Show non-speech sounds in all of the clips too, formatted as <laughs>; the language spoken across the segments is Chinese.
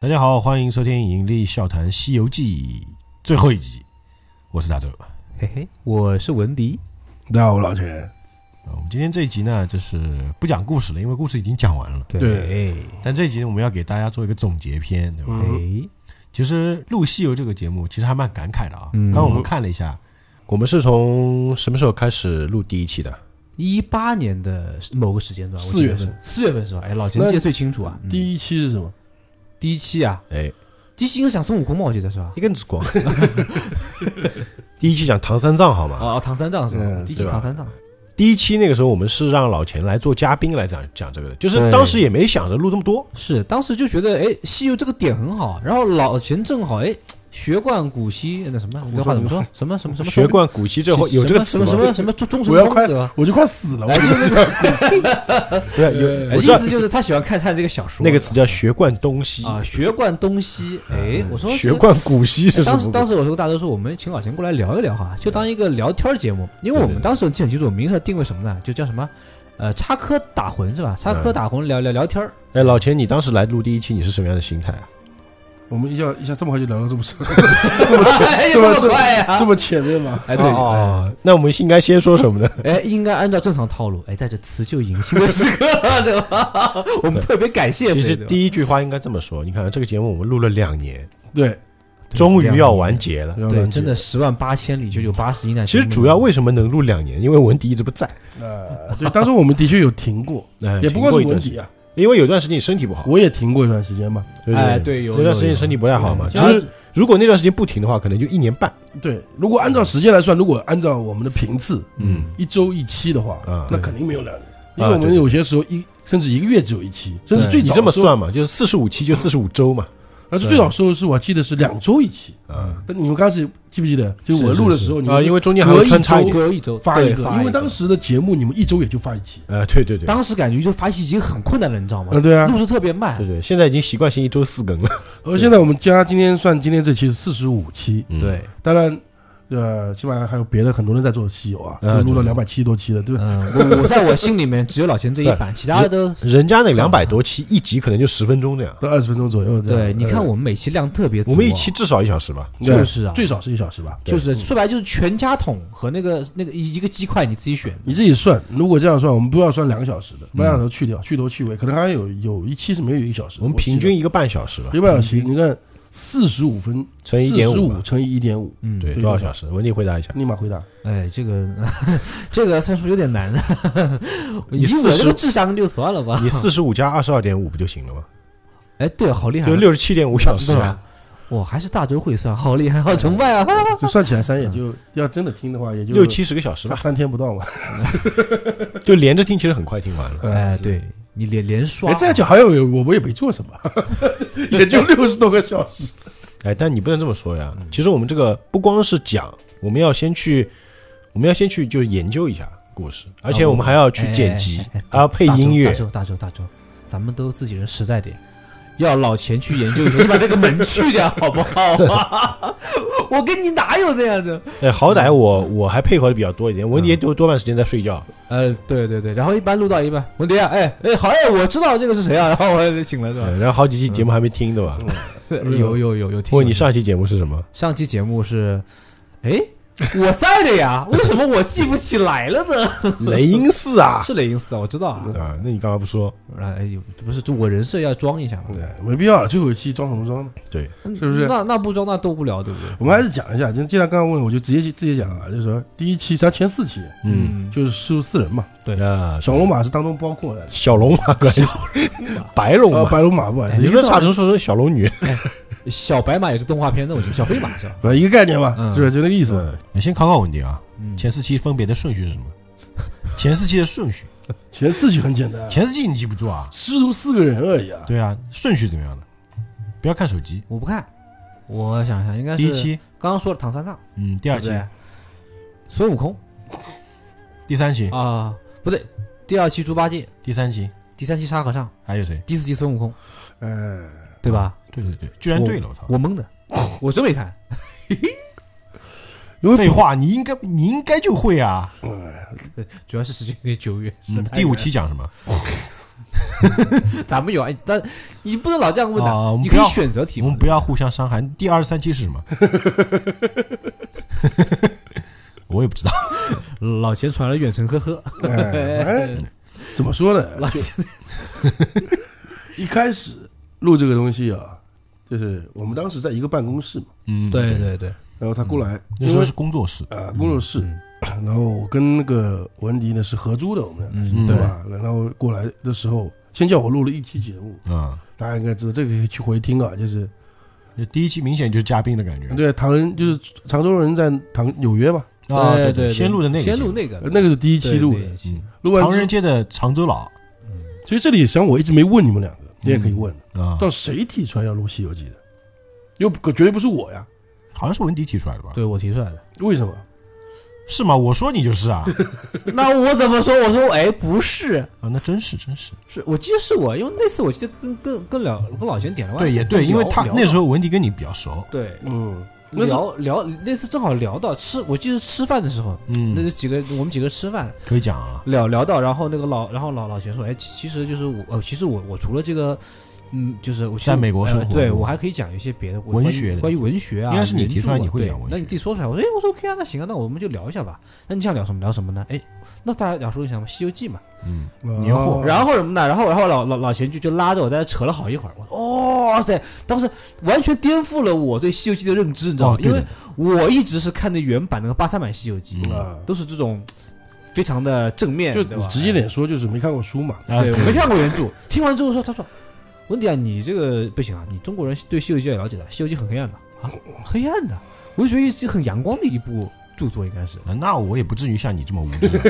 大家好，欢迎收听《盈利笑谈西游记》最后一集，我是大周。嘿嘿，我是文迪。大家好，我老陈。啊，我们今天这一集呢，就是不讲故事了，因为故事已经讲完了。对，但这一集呢我们要给大家做一个总结篇，对吧？嗯哎，其实录《西游》这个节目，其实还蛮感慨的啊。嗯刚刚我们看了一下，我们是从什么时候开始录第一期的？一八年的某个时间段，我记得是4月，四月份是吧？哎，老陈那记得最清楚啊。嗯第一期是什么？第一期啊，哎，第一期应该讲孙悟空嘛，我记得是吧？一根 <laughs> 之光。第一期讲唐三藏好啊吗？哦，哦唐三藏是吧？嗯第一期对吧唐三藏，第一期那个时候我们是让老钱来做嘉宾来讲讲这个的，就是对当时也没想着录这么多。是当时就觉得，哎，西游这个点很好，然后老钱正好，哎，学贯古稀，那什么，那话怎么说？什么什么什么？学贯古稀这什么会有这个词什么什吗？么什么中中神我要通快对吧？我就快死了。我对，有哎我意知道思就是他喜欢看看这个小说，那个词叫学贯东西，嗯啊，学贯东西。哎，我说学贯古稀是什当时么？当时我说大家说我们请老钱过来聊一聊哈，就当一个聊天节目，因为我们当时记得很清楚，我们名字定位什么呢？就叫什么，呃，插科打诨是吧？插科打诨聊聊聊天儿，哎，老钱，你当时来录第一期，你是什么样的心态啊？我们一下一下这么快就聊到这么深，哎呀，这么这么快呀！ <laughs> 这么前面吗？哎对，哦，那我们应该先说什么呢？哎，应该按照正常套路，哎，在这辞旧迎新的时刻，对吧？ <laughs> 我们特别感谢其谁实对吧第一句话应该这么说，你看这个节目我们录了两年，对，终于要完结了。对，真的十万八千里，九九八十一难。其实主要为什么能录两年，因为文迪一直不在，呃，对，当时我们的确有停过，哎也不光是停过一文段时迪间，啊，因为有段时间你身体不好，我也停过一段时间嘛。对哎对有那段有时间有身体不太好嘛。嗯其实如果那段时间不停的话，可能就一年半。对，如果按照时间来算，如果按照我们的频次，嗯，一周一期的话啊，那对肯定没有两年，因为我们对有些时候一甚至一个月只有一期，甚至对最你早这么的时候，算嘛，就是四十五期就四十五周嘛。而且最早时候是我记得是两周一期。嗯啊但你们刚开始记不记得？就是我是是录的时候，你啊，们因为中间还隔会一穿插一周点。隔一周发一对个，发因为当时的节目你们一周也就发一期。呃，对对对，当时感觉就发一期已经很困难了，你知道吗嗯，？对啊，录的特别慢对，对，现在已经习惯性一周四更了。而现在我们加今天算今天这期是四十五期，嗯，对，当然，呃，起码还有别的很多人在做西游啊，啊都录对了两百七十多期了，对吧？嗯，我我在我心里面只有老钱这一版，其他的都人家那两百多期，一集可能就十分钟这样，都二十分钟左右这样。对。你看呃我们每期量特别足啊，我们一期至少一小时吧。对就是啊，最少是一小时吧，就是嗯说白了就是全家桶和那个那个一一个鸡块你自己选，你自己算，如果这样算，我们不要算两个小时的，不要说去掉，去头去尾，可能还有有一期是没有一个小时的。我们平均一个半小时吧一，半小时，你看四十五分乘一四点十五五，乘以一点五，嗯，对，对多少小时？文迪回答一下。立马回答。哎，这个 <laughs> 这个算数有点难，你以我这个40智商就算了吧你。四十五加二十二点五不就行了 <laughs> 吗？哎，对，好厉害就，六十七点五小时对啊。吧？我还是大周会算，好厉害，好崇拜啊！这算起来三也就要真的听的话，也就六七十个小时 <laughs> 吧，三天不到嘛。就连着听，其实很快听完了。哎，对你连连刷哎，，这样讲还有我我也没做 <laughs> 什么，也就六十多个小时。哎，但你不能这么说呀。其实我们这个不光是讲，我们要先去，我们要先去就是研究一下故事，而啊且我们还要去剪辑哎哎哎哎，还要配音大乐。周大周大周，咱们都自己人实在点，要老钱去研究一下，你把那个门去掉好不好 <laughs> 啊？我跟你哪有那样子？哎，好歹我我还配合的比较多一点，文嗯迪多多半时间在睡觉。呃，对对对，然后一般录到一半，文迪啊，哎哎，好哎，我知道这个是谁啊，然 <laughs> 后我就醒了是哎然后好几期嗯节目还没听对吧？哎吧？有有有有听哦过问你上期节目是什么？上期节目是，哎，我在的呀， <laughs> 为什么我记不起来了呢？雷音 <laughs> 寺啊，是雷音寺啊，我知道啊，啊，那你干嘛不说？然后哎有不是，就我人设要装一下嘛，对，没必要了，最后一期装什么装呢？对，是不是那那不装那多无聊，对不对？我们还是讲一下，就既然刚刚问，我就直接直接讲啊，就是说第一期咱前四期嗯，就是收四人嘛，对啊，小龙马是当中包括的，小龙马关系，白龙啊，呃马，哎白龙马不好意思，你一说个差成说成小 <laughs> 龙女，小白马也是动画片那种型，小飞马是吧？不是一个概念嘛，嗯是不是就那个意思嘛？嗯哎先考考文迪啊，嗯前四期分别的顺序是什么？前四期的顺 <laughs> 序，前四期很简单，前四期你记不住啊？师徒四个人而已啊。对啊，顺序怎么样的？不要看手机。我不看，我想想应该是第一期，刚刚说了唐三藏，嗯，第对二不期，对？孙悟空第三期，啊，不对，第二期猪八戒，第三期，第三期沙和尚，还有谁？第四期孙悟空，哎呃，对吧？对对对，居然对了，我啊操！我懵的，我真没看。因为废话，你应该你应该就会啊。呃主要是时间有点久远，实嗯在太第五远期讲什么？咱们有，哎但你不能老这样问啊我的，们你不可以要选择题我目们。不要互相伤害。第二十三期是什 <laughs> 么？我也不知道。老钱传了远程，呵呵。哎 <laughs> 哎，怎么说呢？老钱一开始录这个东西啊，就是我们当时在一个办公室嘛，嗯，对，对对，然后他过来，那因时候为是工作室，啊工作室，然后我跟那个文迪呢是合租的，我们俩嗯对吧？然后过来的时候，先叫我录了一期节目，啊，大家应该知道，这个可以去回听啊，就是那第一期明显就是嘉宾的感觉。对啊唐人就是常州人在唐纽约嘛，啊，嗯对，对对，先录的那个节先目，录那个呃，那个是第一对期录的那，一期嗯录完唐之人街的常州佬所以这里实际上我一直没问你们两个，你也可以问，啊，到谁提出来要录《西游记》的？又不绝对不是我呀，好像是文迪提出来的吧？对我提出来的。为什么？是吗？我说你就是 <laughs> 啊，那我怎么说？我说，哎，不是，啊，那真是真是，是我记得是我，因为那次我记得跟跟跟老跟老钱点了外卖对，也对，因为他聊那时候文迪跟你比较熟，对嗯，那是聊聊那次正好聊到吃，我记得吃饭的时候，那嗯，几个我们几个吃饭可以讲啊，聊聊到，然后那个老然后老老钱说，哎，其其实就是我，呃，其实我我除了这个。嗯，就是我其实在美国生活呃对我还可以讲一些别的我文关于学的关于文学啊，应该是你原著提出来啊你会对讲文那学你自己说出来，我说哎，我说 OK 啊，那行啊，那我们就聊一下吧。那你想聊什么？聊什么呢？哎，那大家聊说一下嘛，《西游记》嘛。嗯，年年货然后什么呢？然后然后老老老钱就就拉着我在那扯了好一会儿，我说哦哇塞，当时完全颠覆了我对《西游记》的认知，你知道吗哦？对因的为我一直是看的原版那个八三版《西游记》嗯啊，都是这种非常的正面，就对你吧？直接点说，就是没看过书嘛，啊对，我没看过原著。听完之后说，他说文迪啊，你这个不行啊，你中国人对《西游记》要了解的，《西游记》很黑暗的啊，黑暗的，我就觉得是很阳光的一部著作，应该是。啊那我也不至于像你这么无知啊。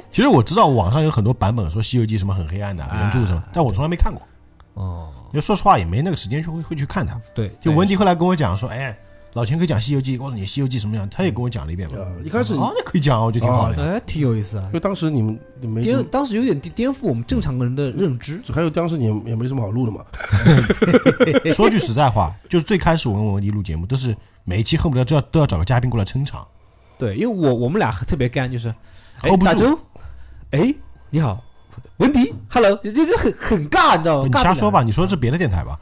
<laughs> 其实我知道网上有很多版本说《西游记》什么很黑暗的啊原著什么，但我从来没看过。哦，因为说实话也没那个时间去会会去看它。对，就对文迪后来跟我讲说，哎，老钱可以讲《西游记》，告诉你《西游记》什么样，他也跟我讲了一遍嘛。嗯啊，一开始哦，那可以讲哦，就挺好的。哎，挺有意思啊因，为当时你们你没什颠么，当时有点颠颠覆我们正常人的认知。还有当时你也也没什么好录的嘛，说句实在话，就是最开始我跟文迪录节目，都是每一期恨不得都要都要找个嘉宾过来撑场，对，因为我我们俩特别干，就是哎 hold 不大住。周，哎你好，文迪，hello，就就就很很尬，你知道吗？你哦尬瞎不说了。嗯吧，你说的是别的电台吧？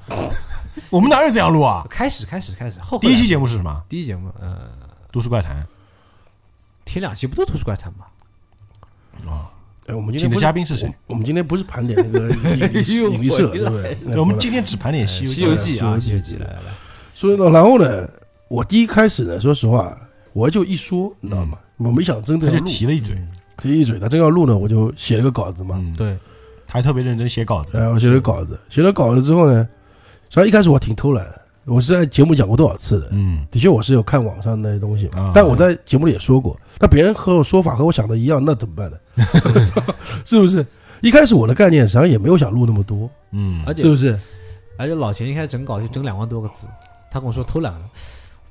<laughs> 我们哪有这样录 <laughs> 啊？开始开始开始，后第一期节目目是什么？第一节目，呃，都市怪谈前两期不都图书馆产吗？哦啊，哎，我们今请天的不嘉宾是谁？我？我们今天不是盘点 <laughs> 那个哎影又影影社，回对来不对？对我们今天只盘点《西游西记》游啊。记》啊，《西游记》来来来，所以呢，然后呢，我第一开始呢，说实话，我就一说，你知道吗？我没想真的嗯他要就录，提了一嘴，提一嘴，他真要录呢，我就写了个稿子嘛，嗯，对，他还特别认真写稿子，然后写了个稿子，写了稿子之后呢，实际上一开始我挺偷懒的，我是在节目讲过多少次的，嗯，的确我是有看网上那些东西嘛啊但我在节目里也说过，那别人和我说法和我想的一样，那怎 <laughs> 么办呢？是不是？一开始我的概念实际上也没有想录那么多，嗯而且是不是？而且老钱一开始整稿就整两万多个字，他跟我说偷懒了。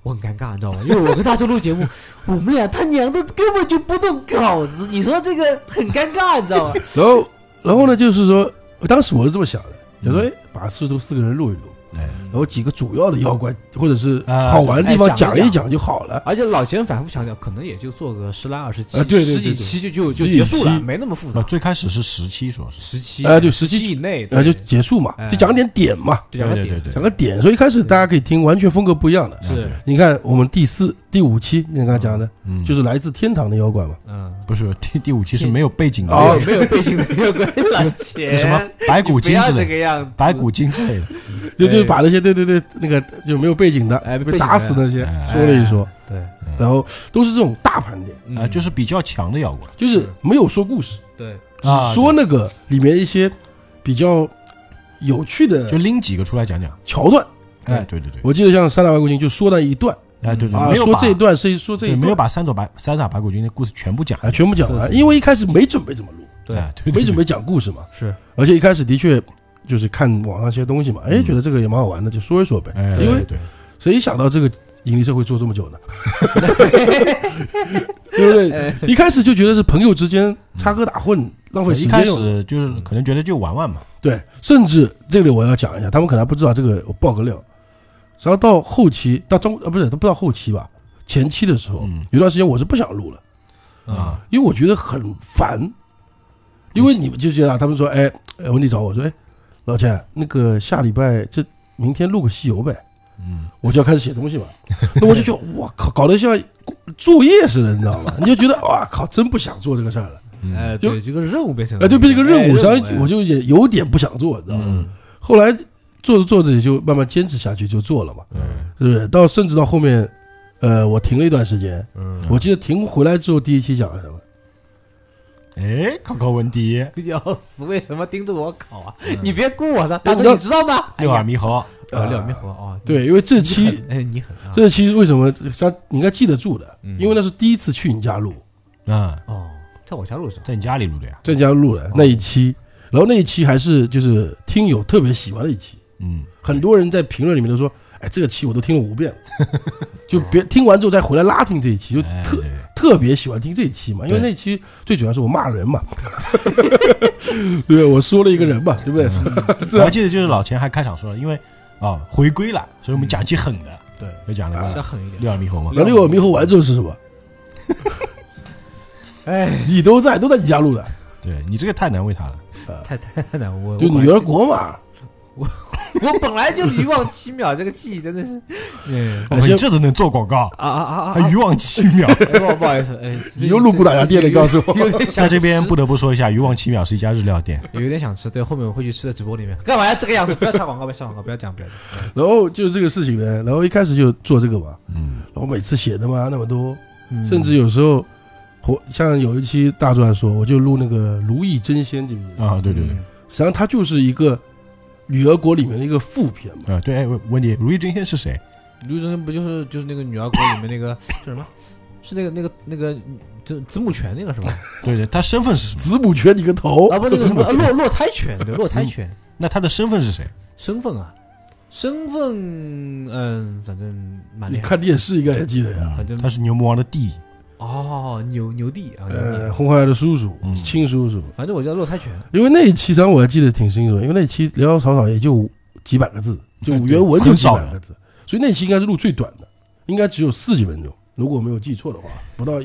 我很尴尬，你知道吗？因为我跟大周录节目， <laughs> 我们俩他娘的根本就不动稿子，你说这个很尴尬，你知道吗？然后，然后呢，就是说，当时我是这么想的，嗯就说，哎，把四周四个人录一录，哎，然后几个主要的妖怪或者是啊好玩的地方哎讲讲一一讲讲就好了。而且老钱反复强调，可能也就做个十来二十期，啊对对对十几对期就就就十几结束了，期没那么复那杂。最开始是十期，说是十期哎对十十期期以内，然后对就结束嘛哎，就讲点点嘛，就讲个对对点，对讲个点。所以一开始大家可以听完全风格不一样的。是你看我们第四、第五期，你看刚才讲的，嗯，就是来自天堂的妖怪嘛，嗯，不是第第五期是天没有背景的，哦有没有背景的 <laughs> 没有关系，老钱什么白骨不精要之这类的，个样子，白骨精之类的，就哎就是把那些对对对那个就没有背景的哎被打死的那啊些哎说了一说，对哎然后都是这种大盘点，嗯啊，就是是比较强的摇滚就是没有说故事，对只啊说那个里面一些比较有趣对的就拎几个出来讲讲。桥段。哎，对对对，我记得像三大外国精就说那一段哎对对，啊，没有说把这一段是说这一对段没有把三朵白三打白骨精的故事全部讲啊，全部讲完，是因为一开始没准备怎么录，对哎对，对没准备讲故事嘛，是，而且一开始的确就是看网上一些东西嘛，哎，嗯觉得这个也蛮好玩的，就说一说呗对。哎，因为对对谁想到这个盈利社会做这么 <laughs> 久呢？对不哎对？一开始就觉得是朋友之间插科打诨，浪费嗯对时一开间用。始就是可能觉得就玩玩嘛，对，甚至这里我要讲一下，他们可能还不知道这个，我爆个料。然后到后期，到中啊不是都不到后期吧，前期的时候嗯，嗯有段时间我是不想录了。啊，因为我觉得很烦。因为你们就觉得啊他们说，哎，哎文迪找我说，哎，老钱，那个下礼拜这明天录个西游呗，嗯，我就要开始写东西嘛。 <laughs> 那我就觉得，我靠，搞得像作业似的，你知道吗？你就觉得，哇靠，真不想做这个事儿了，嗯哎，对，这个任务变成了嗯哎，就被这个任务，哎然后我就也有点不想做，你知道吗？嗯后来做着做着也就慢慢坚持下去，就做了嘛，嗯是不是？到甚至到后面，呃，我停了一段时间，嗯， <laughs> 我记得停回来之后第一期讲了什么。哎，考考文迪，要死，为什么盯着我考啊？嗯你别顾我了，大你哥，知道你知道吗？哎六呀耳猕猴，呃，廖明和啊，你对，因为这你期很哎，你很啊这期为什么他你应该记得住的？嗯因为那是第一次去你家录，嗯，哦，在我家路上，在你家里录的呀，在你家录的那一哦期，然后那一期还是就是听友特别喜欢的一期，嗯，很多人在评论里面都说，哎，这个期我都听了五遍了， <laughs> 就别听完之后再回来拉听这一期，就哎特对特别喜欢听这一期嘛，因为对那期最主要是我骂人嘛， <laughs> 对，我说了一个人嗯嘛，对不对？ <laughs> 是我还啊，记得就是老钱还开场说了，因为啊回归了，所以我们讲起狠的，对。就讲了啊再个狠一点，六耳猕猴嘛，然后六耳猕猴完之后是什么？ <laughs> 哎，你都在，都在你家录的，对你这个太难为他了，太太太难，我就我女儿国嘛，我本来就愚妄七秒，这个记忆真的是，嗯我你这都能做广告，啊啊啊啊还！愚妄七秒。哎不好不好意思，哎，你又路过哪家店了？告诉我，有点 <laughs> 想在这边吃不得不说一下，愚妄七秒是一家日料店，有点想吃，对，后面我会去吃的直播里面。干嘛要这个样子？不要插广告，不要插广告，不要讲，不要讲。然后就是这个事情呢，然后一开始就做这个嘛，嗯，然后每次写的嘛那么多，嗯甚至有时候我像有一期大壮说，我就录那个《如意真仙》这个，啊，对对嗯对，，实际上它就是一个女儿国里面的一个副片嘛，啊对，哎，温迪，如意真仙是谁？刘真不就是就是那个女儿国里面那个 <laughs> 是什么？是那个那个那个就子母犬那个是吧？对对，他身份是什么？子母犬你个头啊，不，那个什么呃落落胎犬，对，落胎犬那他的身份是谁？身份啊，身份嗯，反正蛮你厉害看电视应该也记得呀，反正他是牛魔王的弟弟，哦，牛牛弟啊，牛弟呃，红孩儿的叔叔嗯、亲叔叔，反正我叫落胎犬，因为那一期实际上我还记得挺清楚的，因为那一期潦潦草草也就几百个字，就哎对原文就很几少百个字，所以那期应该是录最短的，应该只有四十几分钟，如果我没有记错的话，不到，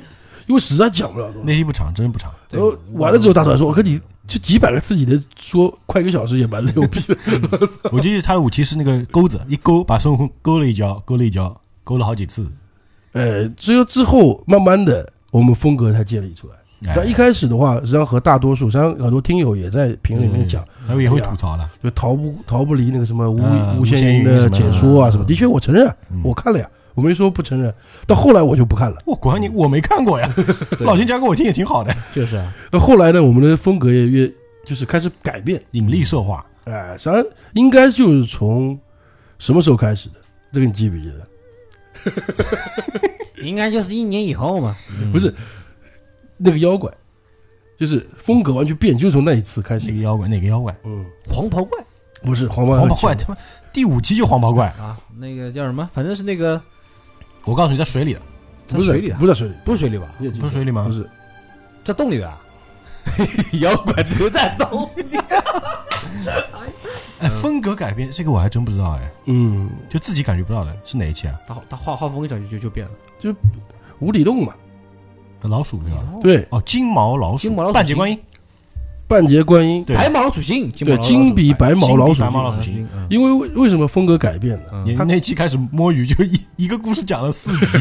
因为实在讲不了多少那。一不长，真不长。对然后呃完了之后，大帅说：“我跟你就几百个字，你能说快一个小时也蛮牛逼的。 <laughs> <laughs> 我记得他的武器是那个钩子，一勾把孙悟空勾了一跤，勾了一跤，勾了好几次。”呃，只有之后慢慢的，我们风格才建立出来。哎像一开始的话，实际上和大多数，实际上很多听友也在评论里面讲，哎我也会吐槽的，就逃不逃不离那个什么吴啊吴吴先先云云的什么解的说啊什么。的确，我承认嗯，我看了呀，我没说不承认。到后来我就不看了。我管你，我没看过呀。 <laughs> 对老秦讲给我听也挺好的，就是啊，那后来呢，我们的风格也越就是开始改变。引力社化。哎，实际上应该就是从什么时候开始的？这个你记不记得？应该就是一年以后嘛，不嗯是那个妖怪，就是风格完全变，就是从那一次开哪始个。妖怪？哪个妖怪？嗯，黄袍怪不是黄毛黄袍怪，他妈第五集就黄袍怪。啊，那个叫什么？反正是那个我告诉你，在水里的，在不是水里的，啊不是在水里，不是水里吧？你也记不是水里吗不是，在洞里的啊， <laughs> 摇滚留在洞里。哎，嗯风格改变这个我还真不知道哎，嗯，就自己感觉不到的是哪一期啊？ <laughs> 他他画画风一转就就就变了，无底洞嘛。老鼠对吧？对，哦，金毛老鼠，金毛老鼠半截观音，半截观音，对白毛老鼠精，对，金笔比白毛老鼠金比白毛老精。鼠精精，嗯因为为为什么风格改变呢？你嗯，他那期开始摸鱼，就一一个故事讲了四集，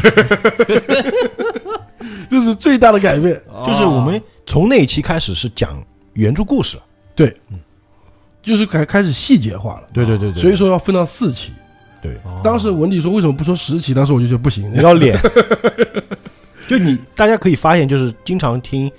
这是最大的改变。哦就是我们从那一期开始是讲原著故事了，对，就是开开始细节化了。对对对对，所以说要分到四期。对，哦当时文理说为什么不说十期？当时我就觉得不行，你要 <laughs> 脸，就你大家可以发现，就是经常听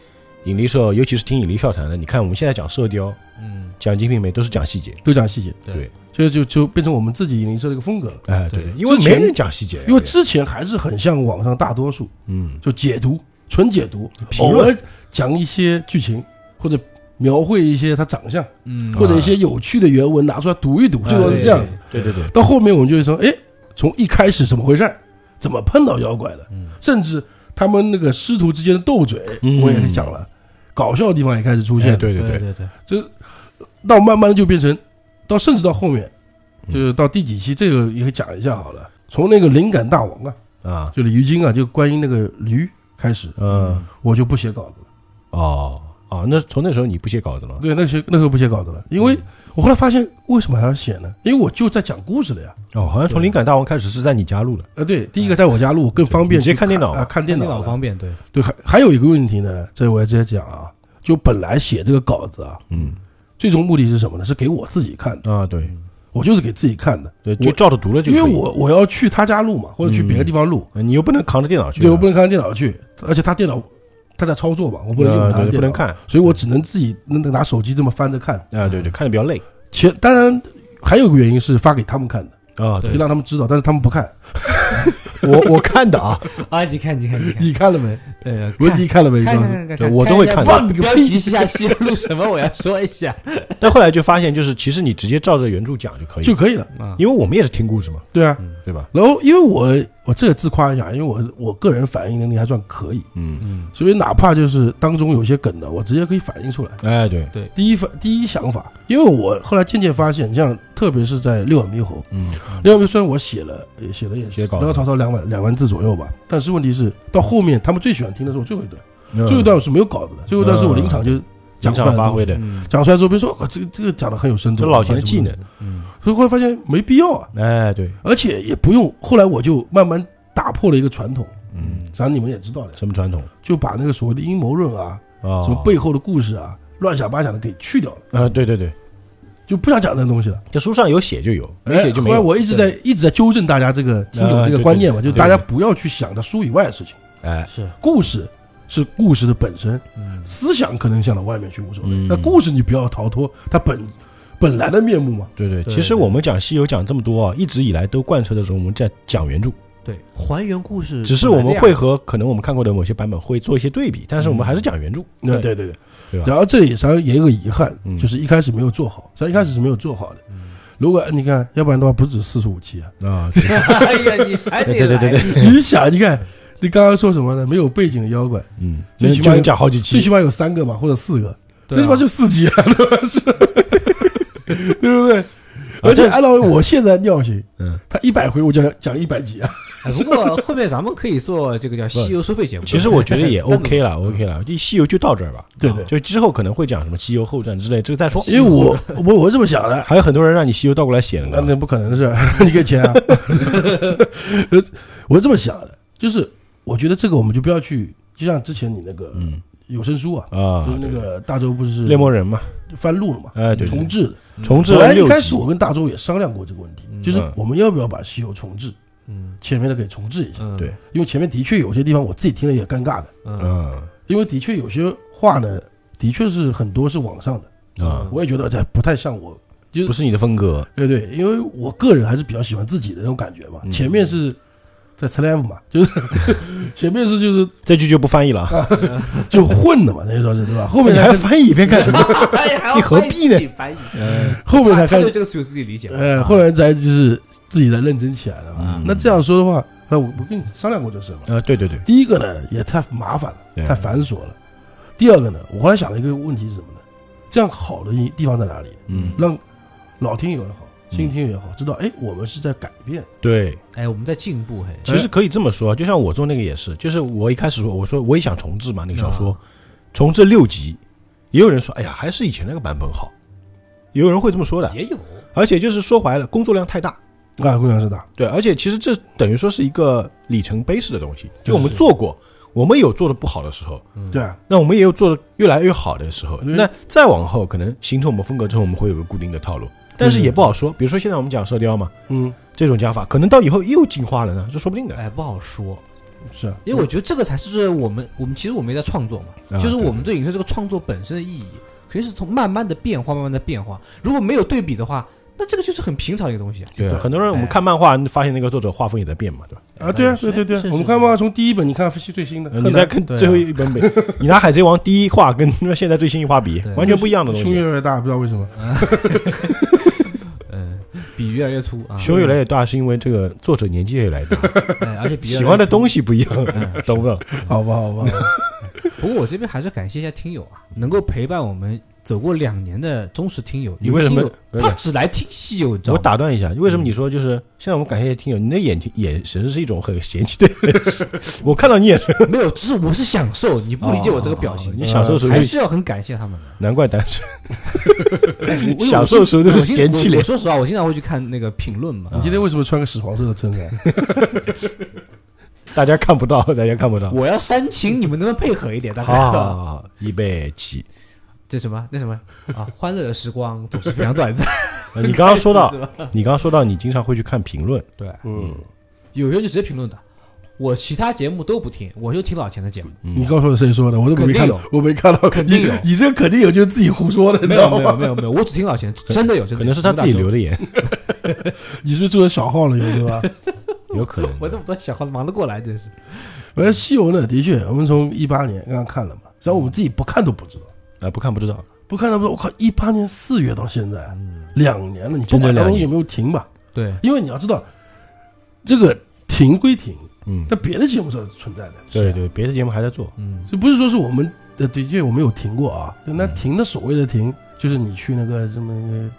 引力社，尤其是听引力笑谈的，你看我们现在讲射雕，嗯，讲《金瓶梅》都是讲细节，都讲细节，对对，所以就就变成我们自己影射这个风格了。哎对因为之没前人讲细节，因为之前还是很像网上大多数，嗯，就解读，纯解读，评偶论尔讲一些剧情或者描绘一些他长相，嗯或者一些有趣的原文拿出来读一读，最多是哎这样子。对对对，到后面我们就会说，哎，从一开始怎么回事儿，怎么碰到妖怪的，嗯甚至他们那个师徒之间的斗嘴，嗯我也讲了，搞笑的地方也开始出现哎了。对对对，对对，到慢慢的就变成，到甚至到后面，嗯就是到第几期，这个也讲一下好了。从那个灵感大王啊，啊，就鲤鱼精啊，就观音那个驴开始，嗯，我就不写稿子了。哦，啊，那从那时候你不写稿子了？对，那些那时候不写稿子了，因嗯为我后来发现为什么还要写呢？因为我就在讲故事了呀。哦，好像从灵感大王开始是在你家录的。呃，对，第一个在我家录更方便哎你直去，接看电脑啊，看电电脑脑了方便，对，对，还还有一个问题呢，这我要直接讲啊，就本来写这个稿子啊，嗯，最终目的是什么呢？是给我自己看的，啊，对我就是给自己看的，对，我就照着读了就因可以。为我我要去他家录嘛，或者去别的地方录，呃你又不能扛着电脑去，对我不能看电脑去，而且他电脑他在操作嘛，我不能用呃他的对不电能脑，看所以我只能自己能拿手机这么翻着看。啊，对对，看着比较累前当然还有一个原因是发给他们看的，啊。对就让他们知道，但是他们不看，我我看的啊， <laughs> 啊，你看，你看，你看，你看了没？呃，不是你看了没？看是看吧看看对看，我都会看看一的下。忘标 <laughs> 题下西路什么？我要说一下但后来就发现，就是其实你直接照着原著讲就可以，就可以了，啊，因为我们也是听故事嘛，对啊。对吧？然后，因为我我这个自夸一下，因为我我个人反应能力还算可以，嗯，嗯，所以哪怕就是当中有些梗的，我直接可以反映出来。哎，对，第一反第一想法，因为我后来渐渐发现，像特别是在《六耳猕猴》，嗯， 《六耳猕猴》虽然我写了也写了也写稿子然后曹操两万两万字左右吧，但是问题是到后面他们最喜欢听的是我最后一段，嗯最后一段我是没有稿子的，最后一段是我临场就临讲出来场的发挥东西。的，嗯讲出来之后，别人说哇呃这个这个讲的很有深度，啊这老钱的技能，嗯，所以后来发现没必要啊，哎，对，而且也不用。后来我就慢慢打破了一个传统，嗯，实际上你们也知道的，什么传统就把那个所谓的阴谋论啊，啊？什么背后的故事啊，乱想八想的给去掉了，啊？对对对，就不想讲那东西了。这书上有写就有，没哎写就没后来有。我一直在一直在纠正大家这个听友啊对这个对观念嘛，对就对是大家对不要去想着书以外的事情，哎，是，故事。是故事的本身，嗯，思想可能想到外面去无所谓，嗯那故事你不要逃脱它本本来的面目嘛。对对，对其实我们讲《西游》讲这么多啊，一直以来都贯彻的是我们在讲原著，对，还原故事，嗯只是我们会和可能我们看过的某些版本会做一些对比，但嗯是我们还是讲原著。那对对对对吧然后这里实际上也有个遗憾嗯，就是一开始没有做好，实际上一开始是没有做好的。如果你看，要不然的话不止四十五 <laughs> 期啊。啊， <laughs> 哎呀，你还得啊对对对对，你想，你看，你刚刚说什么呢？没有背景的妖怪，嗯，最能起就码能讲好几最期啊起，码有三个嘛，或者四个，最对起吧码？就四集啊，对吧？ <laughs> 是，对不对？而而且且按照我现在尿啊性，嗯，他一百回我就要讲一百集啊。哎不过后面咱们可以做这个叫西游收费 <laughs> 节目。其实我觉得也单独 OK 了，OK 了，《西游》就到这儿吧。嗯啊对对就之后可能会讲什么《西游后传》之类，这个再说。因为我 <laughs> 我我是这么想的，还有很多人让你《西游》倒过来写那的呢。那不可能的事儿， <laughs> 你给钱啊！呃我是这么想的，就是我觉得这个我们就不要去，就像之前你那个嗯有声书啊，啊，就是那个大周不是对猎魔人嘛，翻录了嘛，哎对，对重置的。重置本了来一六开始集我，跟大周也商量过这个问题，就是嗯我们要不要把西游重置，嗯前面的给重置一下，嗯对因为前面的确有些地方我自己听了也尴尬的，嗯嗯因为的确有些话呢，的确是很多是网上的，啊，我也觉得这不太像我。不是你的风格，对对，因为我个人还是比较喜欢自己的那种感觉嘛。嗯前面是在 c l i v e 嘛，就是 <laughs> 前面是就是这句就不翻译了啊。就混的嘛，那时候是对吧？后面你才还跟翻译 <laughs> 一遍干什么？哎呀，你何必呢？呃翻译，后面他他才开对始，这个是有自己理解的。呃，后来才就是自己来认真起来了嘛。嗯那这样说的话，那我我跟你商量过这事嘛。啊，对对对，第一个呢，也太麻烦对了，太繁琐了。第二个呢，我后来想了一个问题是什么呢？这样好的地方在哪里？嗯，让老听友也好，嗯新听友也好，知道，哎，我们是在改变。对，哎，我们在进步，嘿，其实可以这么说，就像我做那个也是，就是我一开始说，我说我也想重置嘛，那个小说啊，重置六集，也有人说，哎呀，还是以前那个版本好，也有人会这么说的。也有而且就是说白了，工作量太大，啊，共享是大，对，而且其实这等于说是一个里程碑式的东西，是就我们做过，我们有做的不好的时候，对啊，那我们也有做的越来越好的时候，嗯那再往后可能形成我们风格之后，我们会有个固定的套路，但嗯是也不好说。比如说现在我们讲射雕嘛，嗯，这种讲法，可能到以后又进化了呢，这说不定的。哎，不好说，是啊，因为我觉得这个才是我们我们其实我们也在创作嘛，啊就是我们对影射这个创作本身的意义，肯定是从慢慢的变化，慢慢的变化。如果没有对比的话，那这个就是很平常的一个东西啊。对，很多人我们看漫画，发现那个作者画风也在变嘛，对吧？啊，对啊，哎是对对对啊是，是我们看嘛，从第一本你看最新的，呃你再看对啊最后一 <laughs> 本本，你拿《海贼王》第一话跟现在最新一话比对，啊完全不一样的东胸越西。来越大，不知道为什么。嗯，笔越来越粗啊，胸呃越来越大，是因为这个作者年纪也越 <laughs> 来越大，哎，而且笔越来嗯喜越欢的粗东西不一样，懂不懂？好吧，好吧，嗯不过我这边还是感谢一下听友啊，能够陪伴我们走过两年的忠实听友，你为什么有听友他只来听西游？你知道我吗？打断一下，为什么你说就是现在我们感谢听友，你的眼睛眼神是一种很嫌弃的眼神，我看到你眼神，没有，只是我是享受，你不理解我这个表情，哦你享受时候还就是要很感谢他们的。难怪单身，哎我享受时候都是我经嫌弃我脸啊我。说实话，我经常会去看那个评论嘛你。今天为什么穿个屎黄色的衬衫？大家看不到，大家看不到。我要煽情，你们能不能配合一点？大好哥，好好好，预备起。这什么那什么 <laughs> 啊？欢乐的时光总是非常短暂。呃你刚刚说到是，吧你刚刚说到，你经常会去看评论， <laughs> 对，嗯，有时候就直接评论的。我其他节目都不听，我就听老钱的节目。你告诉我谁说的？我都没嗯肯定看有到，我没看到，肯定有你你这个肯定有，就是自己胡说的，你没 <laughs> 知有道没有吗？没有没有，我只听老钱，真的有，真的有可能是他自己留。的言，你是不是做成小号了，有对吧？有可 <laughs> 能。我那么多小孩子忙得过来，真是。反正西游呢，的确，我们从一八年刚刚看了嘛，然后我们自己不看都不知道，啊，不看不知道。不看都不知道。我靠，一八年四月到现在嗯两年了，你不整整管它两东西年有没有停吧？对，因为你要知道，这个停归停，嗯，但别的节目是存在的，对对，别的节目还在做，嗯，就不是说是我们呃，的确我们有停过啊。那嗯停的所谓的停，就是你去那个什么那个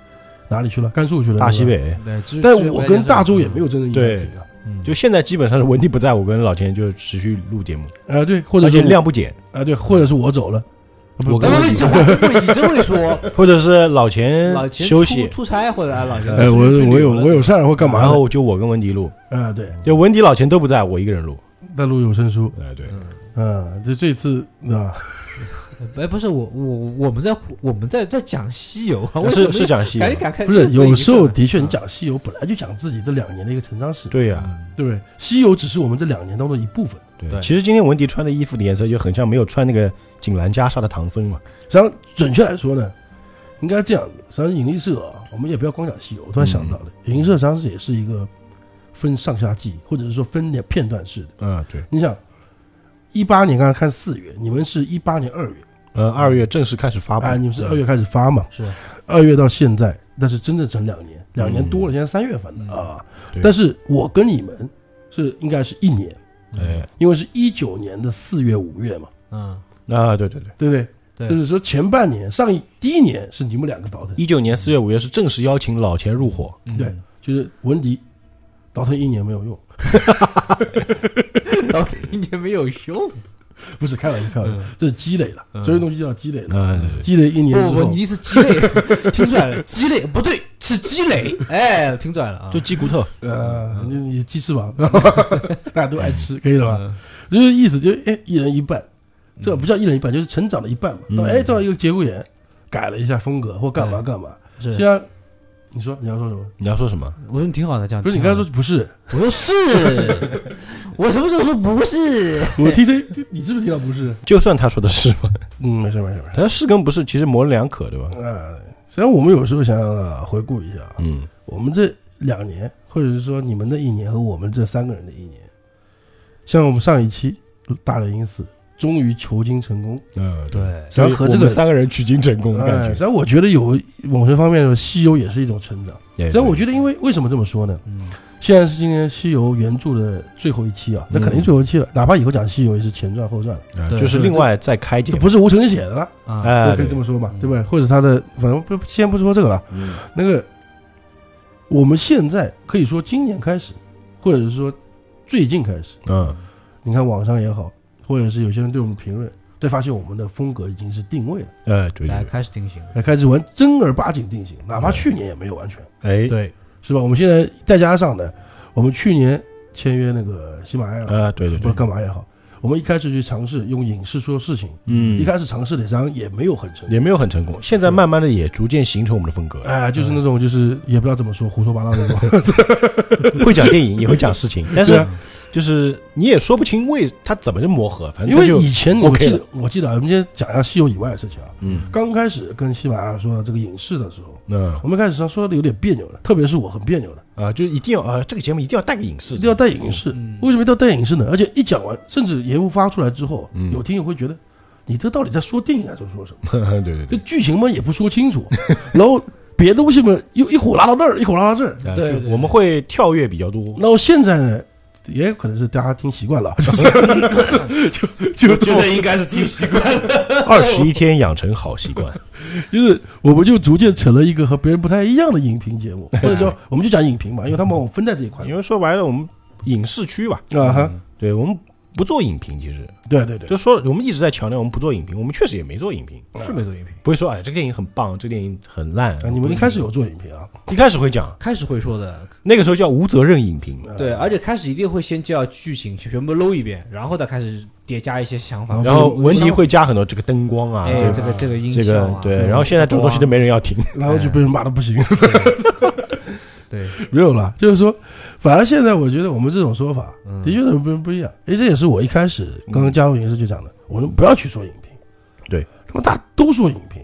哪里去了？甘肃去了，大西对吧。北。对。至于但至于我回来跟就是大周也没有，真正意义对停啊。嗯就现在基本上是文迪不在，我跟老钱就持续录节目，啊，对，或者而是且我量不减，啊，对，或者是我走了，啊不我不跟哎，你这话真会，你真会说。 <laughs> 或者是老钱老钱休息，出出差或者啊呃老钱。哎，我出去旅我有游了我有事儿或干嘛然的后就我跟文迪录，啊，对，就文迪老钱都不在，我一个人录。在录有声书，哎，对，啊，这这次嗯啊，哎，不是我我我们在我们在在讲西游啊，为什是么是讲戏，赶紧赶开？不是有时候啊的确，你啊讲西游本来就讲自己这两年的一个成长史，对呀、对不对？西游只是我们这两年当中一部分，嗯对其实今天文迪穿的衣服的颜色就很像没有穿那个锦兰袈裟的唐僧嘛。然后准确来说呢，应该这样，实际上引力社啊，我们也不要光讲西游，我突然想到了，嗯引力社实际上是也是一个分上下季，或者是说分两片段式的。嗯，对，你想，一八年刚刚看四月，你们是一八年二月，呃，二月正式开始发布，啊，你们是二月开始发嘛？是二月到现在，但是真正整两嗯年，两年多了，现在三月份了啊。对但是我跟你们是应该是一年，哎，因为是一九年的四月、五月嘛，嗯，啊，对对对，对不对？对嗯就是说前半年，上一第一年是你们两个倒腾，一九年四月五月是正式邀请老钱入伙，对，就是文迪倒腾一年没有用，老子 <laughs> 一年没有用。不是开玩笑，开玩笑嗯，这是积累了，嗯所有东西要积累的，啊、对对积累一年不之不，后你，是鸡肋，听出来了，鸡肋不对，是积 <laughs> 累。哎，听出来了啊，就鸡骨头，呃，你你鸡翅 <laughs> 膀， <laughs> 大家都爱吃，可以了吧？嗯就是意思就是，哎，一人一半，这嗯不叫一人一半，就是成长的一半嘛。到哎，到一个节骨眼，改了一下风格或干哎嘛干嘛。是就像你说你要说什么？你要说什么？我说你挺好的，这样。不是你刚才说不是，挺好的，我说是， <laughs> 我什么时候说不是？我听谁？你是不是听到不是？就算他说的是嘛，嗯，没事没事没事。 <laughs> 他是跟不是其实模棱两可，对吧？啊，虽然我们有时候想想啊，回顾一下啊，嗯，我们这两年，或者是说你们的一年和我们这三个人的一年，像我们上一期《大雷音寺》终于求精成功，呃，啊对，然后和这我们个三个人取经成功，哎，感实际觉。上我觉得有某些方面的西游也是一种成长。哎实际上我对觉得，因为为什么这么说呢？嗯，现在是今年西游原著的最后一期啊，那肯嗯定最后一期了。哪怕以后讲西游也是前传后传了，啊对就是另外再开解这嘛，不是吴承恩写的了，啊，哎，我可对以这么说吧，对不对？或者他的，反正不先不说这个了。嗯那个，我们现在可以说今年开始，或者是说最近开始，嗯，你看网上也好，或者是有些人对我们评论，对发现我们的风格已经是定位了，哎，对来对，开始定型了。哎开始完正儿八经定型，哪怕去年也没有完全。对哎，对，是吧？我们现在再加上呢，我们去年签约那个喜马拉雅，啊，对对不知道对，干嘛也好，我们一开始就尝试用影视说事情，嗯一，开始尝试的实际上也没有很成功，也没有很成功，现在慢慢的也逐渐形成我们的风格了，哎、就是那种就是也不知道怎么说，胡说八道那 <laughs> 种。会讲电影，也会讲事 <laughs> 情，但是对啊就是你也说不清为他怎么就磨合，反正因为他就以前我 OK 记了得，我记得啊，我们今天讲一下西游以外的事情啊。嗯刚开始跟喜马拉雅说到这个影视的时候，嗯我们开始上说的有点别扭了，特别是我很别扭的，啊，就一定要啊，这个节目一定要带个影视，一定要带影视。嗯为什么一定要带影视呢？而且一讲完，甚至节目发出来之后，嗯有听友会觉得，你这到底在说电影还是说什么？对对这对剧情嘛也不说清楚， <laughs> 然后别的东西嘛又一会儿拉到那儿，一会儿拉到这儿。啊对就对对我们会跳跃比较多，然后现在呢，也有可能是大家听习惯 <laughs> 了，就 <laughs> 就就觉得应该是挺习 <laughs> 惯了。二十一天养成好习惯，就是我们就逐渐成了一个和别人不太一样的影评节目，或者说我们就讲影评嘛，因为他们我分在这一块哎因为说白了，我们影视区吧，啊哈，对我们不做影评，其实对对对，就说我们一直在强调我们不做影评，我们确实也没做影评，是没做影评，嗯不会说哎这个电影很棒，这个电影很烂啊，。你们一开始有做影评啊，一开始会讲，开始会说的，嗯那个时候叫无责任影评，对，而且开始一定会先叫剧情全部搂一遍，然后再开始叠加一些想嗯法，然后文题会加很多这个灯光啊，哎，这个这个音这效个啊，对，然后现在这种东西都没人要 <laughs> 听，然后就被人骂的不行，对，没有了，就是说，反而现在我觉得我们这种说法嗯的确是不不一样，哎，这也是我一开始刚刚加入影视就讲的，我们不要去说影评，嗯对，他们大都说影评，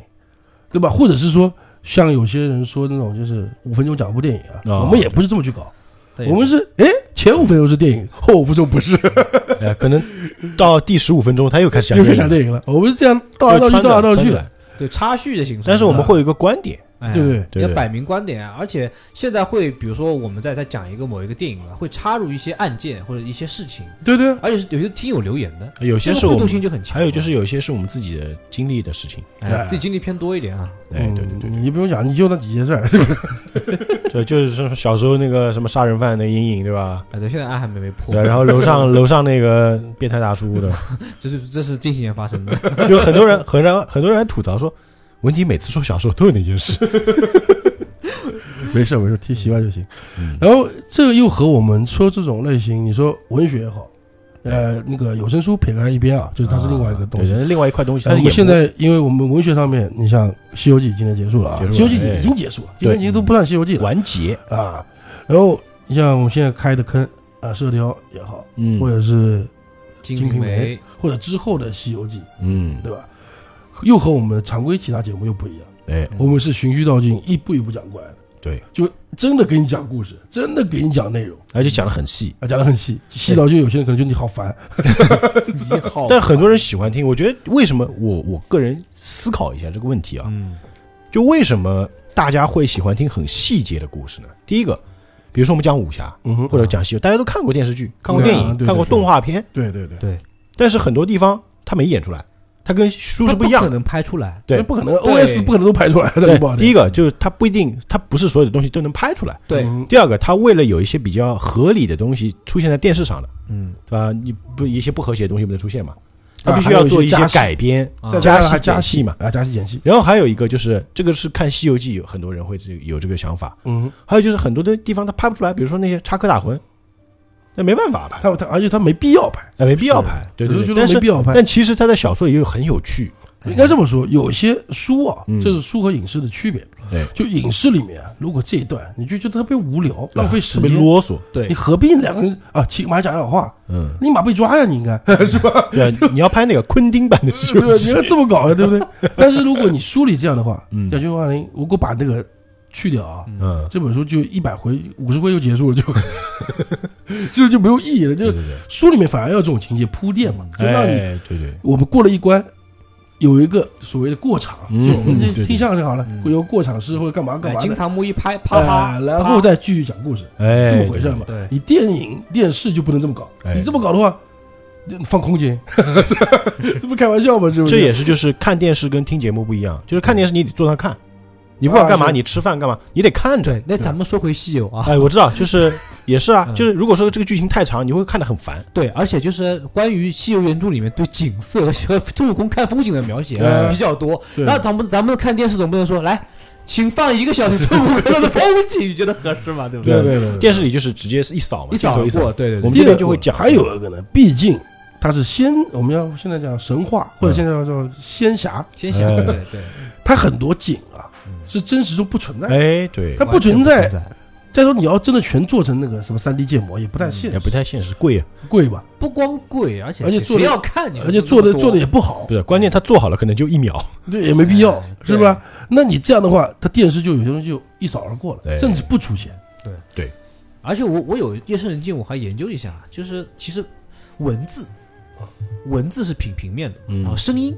对吧？或者是说像有些人说那种就是五分钟讲部电影啊，啊我们也不是这么去搞。对我们是哎，前五分钟是电影，后五分钟不是，哎，可能到第十五分钟他又开始讲又电是影讲了，电影了。我们是这样倒来就倒去，穿倒来着倒去穿的，着对插叙的形式，但是我们会有一个观点，哎对对对要对摆明观点啊，而且现在会，比如说我们在在讲一个某一个电影嘛，啊会插入一些案件或者一些事情，对对，而且是有些听友留言的，有些这是个我互动们，性就很强。啊还有就是有些是我们自己的经历的事情，哎，自己经历偏多一点啊，哎，对对嗯对，你不用讲，你就那几件 <laughs> 事儿， <laughs> 对，就是说小时候那个什么杀人犯的阴影，对吧？哎，对，现在案还没被破对，，然后楼 <laughs> 上楼上那个变态大叔的，这是这是近几年 <laughs> 发生的，就很多人很让很多人还吐槽说，文迪每次说小时候都有那件事，没事没事，听习惯就行。嗯然后这个又和我们说这种类型，你说文学也好，呃，那个有声书撇开一边啊，就是它是另外一个东 <laughs> 西。对另外一块东西。但但是是也我们现在，因为我们文学上面，你像《西游记》今年结束了啊，结束《了西游记》哎已经结束了，今对年已经都不算《西游记》了完结，啊。然后你像我们现在开的坑啊，《射雕》也好，嗯或者是金金瓶瓶梅梅，或者之后的《西游记》，嗯，对吧？又和我们常规其他节目又不一样，哎，我们是循序渐进，一步一步讲过来的，对，就真的给你讲故事，真的给你讲内容，而且讲的很细，啊，讲的很细，细到就有些人可能觉得你好烦，一哦号但很多人喜欢听。我觉得为什么我我个人思考一下这个问题啊，嗯，就为什么大家会喜欢听很细节的故事呢？第一个，比如说我们讲武侠嗯哼或者讲西游，大家都看过电视剧、看过电嗯啊影、对看过对对动画片，对对对，对，但是很多地方他没演出来，他跟书是不一样可的。嗯能拍出来，对那不可能对，OS 不可能都排出来的，不好对，第一个，个就是他不一定，他不是所有的东西都能拍出来。对，嗯第二个，他为了有一些比较合理的东西出现在电视上的，嗯，对吧？你不一些不和谐的东西不能出现嘛？他啊必须还有要一做些一加些戏改编啊，再加加戏还加减戏嘛。啊，加戏减戏，然后还有一个就是，这个是看《西游记》，有很多人会自己有这个想法。嗯，还有就是很多的地方他拍不出来，比如说那些插科打诨，那没办法拍，他他而且他没必要排，哎，没必要拍，对我对对。就觉但得没是必要哎排。但其实他在小说里又很有趣，应该这么说，有些书啊，嗯这是书和影视的区别。对，就影视里面啊，如果这一段你就觉得特别无聊，浪费时特别间，啰嗦，对你，何必两个人啊起码讲讲话，嗯， <laughs> 立马被抓呀，你应该是吧？对 <laughs> 啊，你要拍那个昆汀版的《西对吧游 <laughs> 你记要》，这么搞呀，对不 <laughs> 对？但是如果你书里这样的话，嗯讲句话呢，如果把那个去掉啊，嗯，这本书就一百回、五十回就结束了，就 <laughs> 就是就没有意义了。 <laughs> 就对是对对，书里面反而要这种情节铺垫嘛，就让你哎，对对，我们过了一关，有一个所谓的过场，嗯就我们对这对听相声好了，嗯会有过场诗或者干嘛干哎，嘛金的，堂木一拍，啪呃啪，哎然后啪再继续讲故事，哎，这么回事嘛对对对。你电影、电视就不能这么搞，哎你这么搞的话，放 <laughs> 空间，这不开玩笑吗？是不是？这也是就是看电视跟听节目不一样，就是看电视你得坐那看，你不管干啊嘛，是你吃饭干嘛，你得看着。对，那咱们说回西 <laughs> 游啊，哎，我知道， <laughs> 就是也是啊嗯，就是如果说这个剧情太长，你会看得很烦。对，而且就是关于《西游原著》里面对景色 <laughs> 和孙悟空看风景的描写对比较多。对那咱们咱们看电视总不能说来，请放一个小时孙悟空的风景，你觉得合适吗？对不对对？对对，电视里就是直接一扫嘛，一镜扫头而一过，扫。对对我对们第这二边就会讲还有一个呢，毕竟它是先我们要现在讲神话，或者现在叫做仙侠，先想哎对对，它很多景啊是真实中不存在的。哎，对它，不完全存不在存在，再说你要真的全做成那个什么三 D 建模，也不太嗯也现实，哎不太现实，贵啊，贵吧？不光贵，而且而且谁做谁得要看你说而这且么做的多做的也不好哦不，是关键，他做好了可能就一秒。对，也没必要，哎是吧？那你这样的话，它电视就有些东西就一扫而过了，对甚至不出现。而且我我有夜深人静，我还研究一下，啊就是其实文字，文字是平平面的，嗯然后声音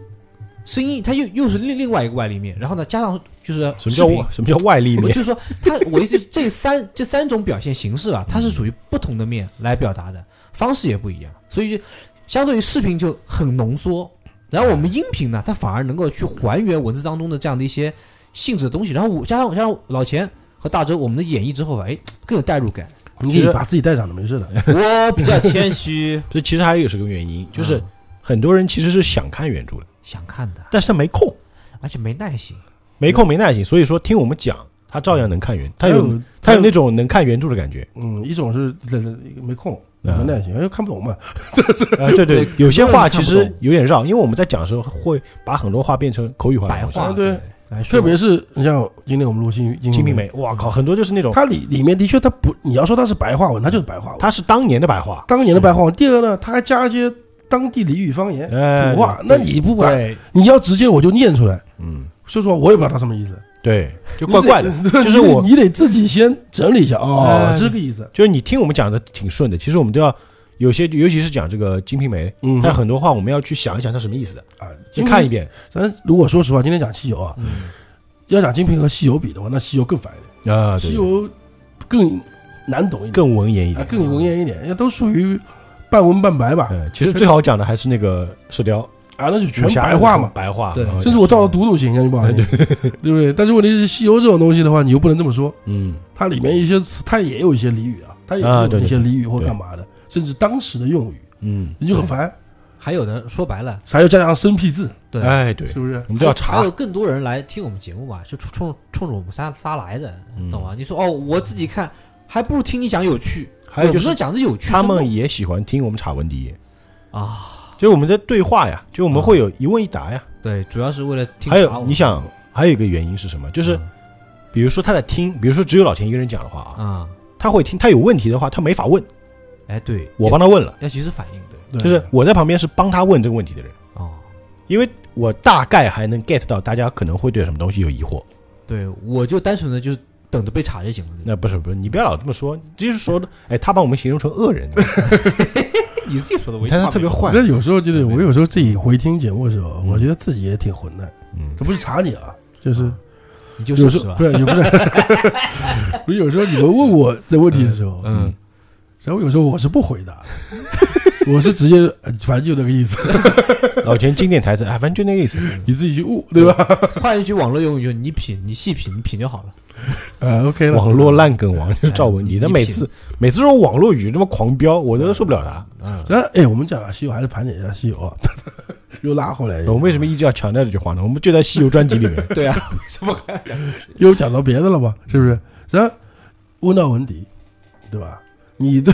声音它又又是另另外一个外立面，然后呢加上就是什么叫视频外什么叫外立我面？就说它，我的意思是这三这三种表现形式啊，嗯它是属于不同的面来表达的，方式也不一样，所以就相对于视频就很浓缩。然后我们音频呢，它反而能够去还原文字当中的这样的一些性质的东西。然后我加上加上老钱和大周我们的演绎之后吧，哎，更有代入 <laughs> 感。你其可实以把自己带上的，没事的。哎我比较谦虚，这其实还有是个原因，嗯嗯就是很多人其实是想看原著的，想看的，但是他没空，嗯而且没耐心。啊没空没耐心，所以说听我们讲，他照样能看嗯原，他还有有他有那种能看原著的感 <laughs> 觉。嗯，一种是这这没空，没嗯耐心，哎，看不懂嘛。啊，对对，有些话其很实多人是看不懂有点绕，因为我们在讲的时候会把很多话变成口语化的白东西话啊对，来说特别是你像今天我们录《金金嗯《金瓶梅》，哇靠，很多就是那种，它里里面的确，它不，你要说它是白话文，它就是白话文，它是当年的白话，当年的白话文。第二个呢，它还加一些当地俚语方言、哎土话，那你不管，对，你要直接我就念出来。嗯，说实话，我也不知道它什么意思，对，就怪怪的，你得， <laughs> 就是我你得自己先整理一下哦哎，这个意思。就是你听我们讲的挺顺的，其实我们都要有些，尤其是讲这个《金瓶梅》，嗯它有很多话我们要去想一想它什么意思的，啊，就哎看一。遍，嗯咱如果说实话，今天讲西游啊，要讲金瓶和西游比的话，那西游更烦一点，啊，对西游更难懂一点，更文言一啊点，更文言一点，也都属于半文半白吧。嗯，其实最好讲的还是那个《射雕》，啊，那就全武侠的白话嘛，白话，对嗯甚至我照着读都行，相信不好听，对不对？但是问题是，《西游》这种东西的话，你又不能这么说，嗯，它里面一些词，它也有一些俚语啊，它也啊有对对一些俚语或对干嘛的，甚至当时的用语，嗯，你就很烦。还有呢，说白了，还有加上生僻字，对，哎，对是，不是？我们都要还查有，更多人来听我们节目吧，就冲冲冲着我们仨仨来的，嗯懂吗？你说哦，我自己看，还不如听你讲有趣。还有就我是们讲的有趣，他生们动也喜欢听我们查文迪，啊，就是我们在对话呀，就我啊们会有一问一答呀，对，主要是为了听。嗯还有你，想，还有一个原因是什么？就是比如说他在听，比如说只有老钱一个人讲的话啊，啊，他会听，他有问题的话他没法问，哎，对，我帮他问了，要及时反应，对，对就是我在旁边是帮他问这个问题的人，哦，因为我大概还能 get 到大家可能会对什么东西有疑惑。对，我就单纯的就等着被查就行了。那不是不是，你不要老这么说，就是说的，哎，他把我们形容成恶人， <laughs> 你自己说的，我你看他特别坏 <laughs> 反，正有时候就是我有时候自己回听节目的时候，我觉得自己也挺混蛋。嗯，这不是查你啊，就是你就有是时是候吧不？是，也不是， <laughs> 不是有时候你们问我这问题的时候，嗯，然后有时候我是不回答， <laughs> 我是直接呃反正就那个意思，老钱经典台词，哎，反正就那个意 <laughs> 思，你自己去悟，对吧？嗯换一句网络用语，就是你品，你细品，你品就好了。呃，OK 了，网络烂梗王就是赵文迪，哎他你每品次每次这种网络语这么狂飙，我都受不了他。嗯，然后，哎，我们讲啊，西游还是盘点一下西游啊， <laughs> 又拉回来一个。我们为什么一直要强调这句话呢？我们就在《西游》专辑里面，，<laughs> 对啊，为什么还要讲？啊又讲到别的了嘛？是不是？然后问到文迪，对吧？你对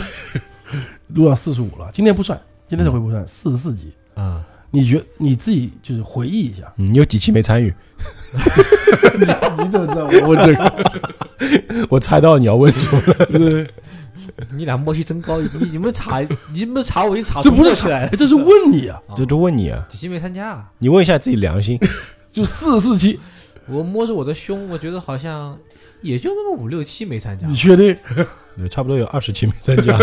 录到四十五了，今天不算，今天这回不算，四十四集。嗯，你觉你自己就是回忆一下嗯你有几期没参与？你怎么知道我问这个？ <laughs> 我猜到你要问什么了。你俩默契真高，你你们查，你们查，我已经查 <laughs> 这不是出查，来哎 <laughs> 了。这是问你啊！就就问你啊，几期没参加，你问一下自己良心，就四十四期，我摸着我的胸，我觉得好像也就那么五六期没参哎加你。确定？ <laughs> 差不多有二十期没参 <laughs> 加，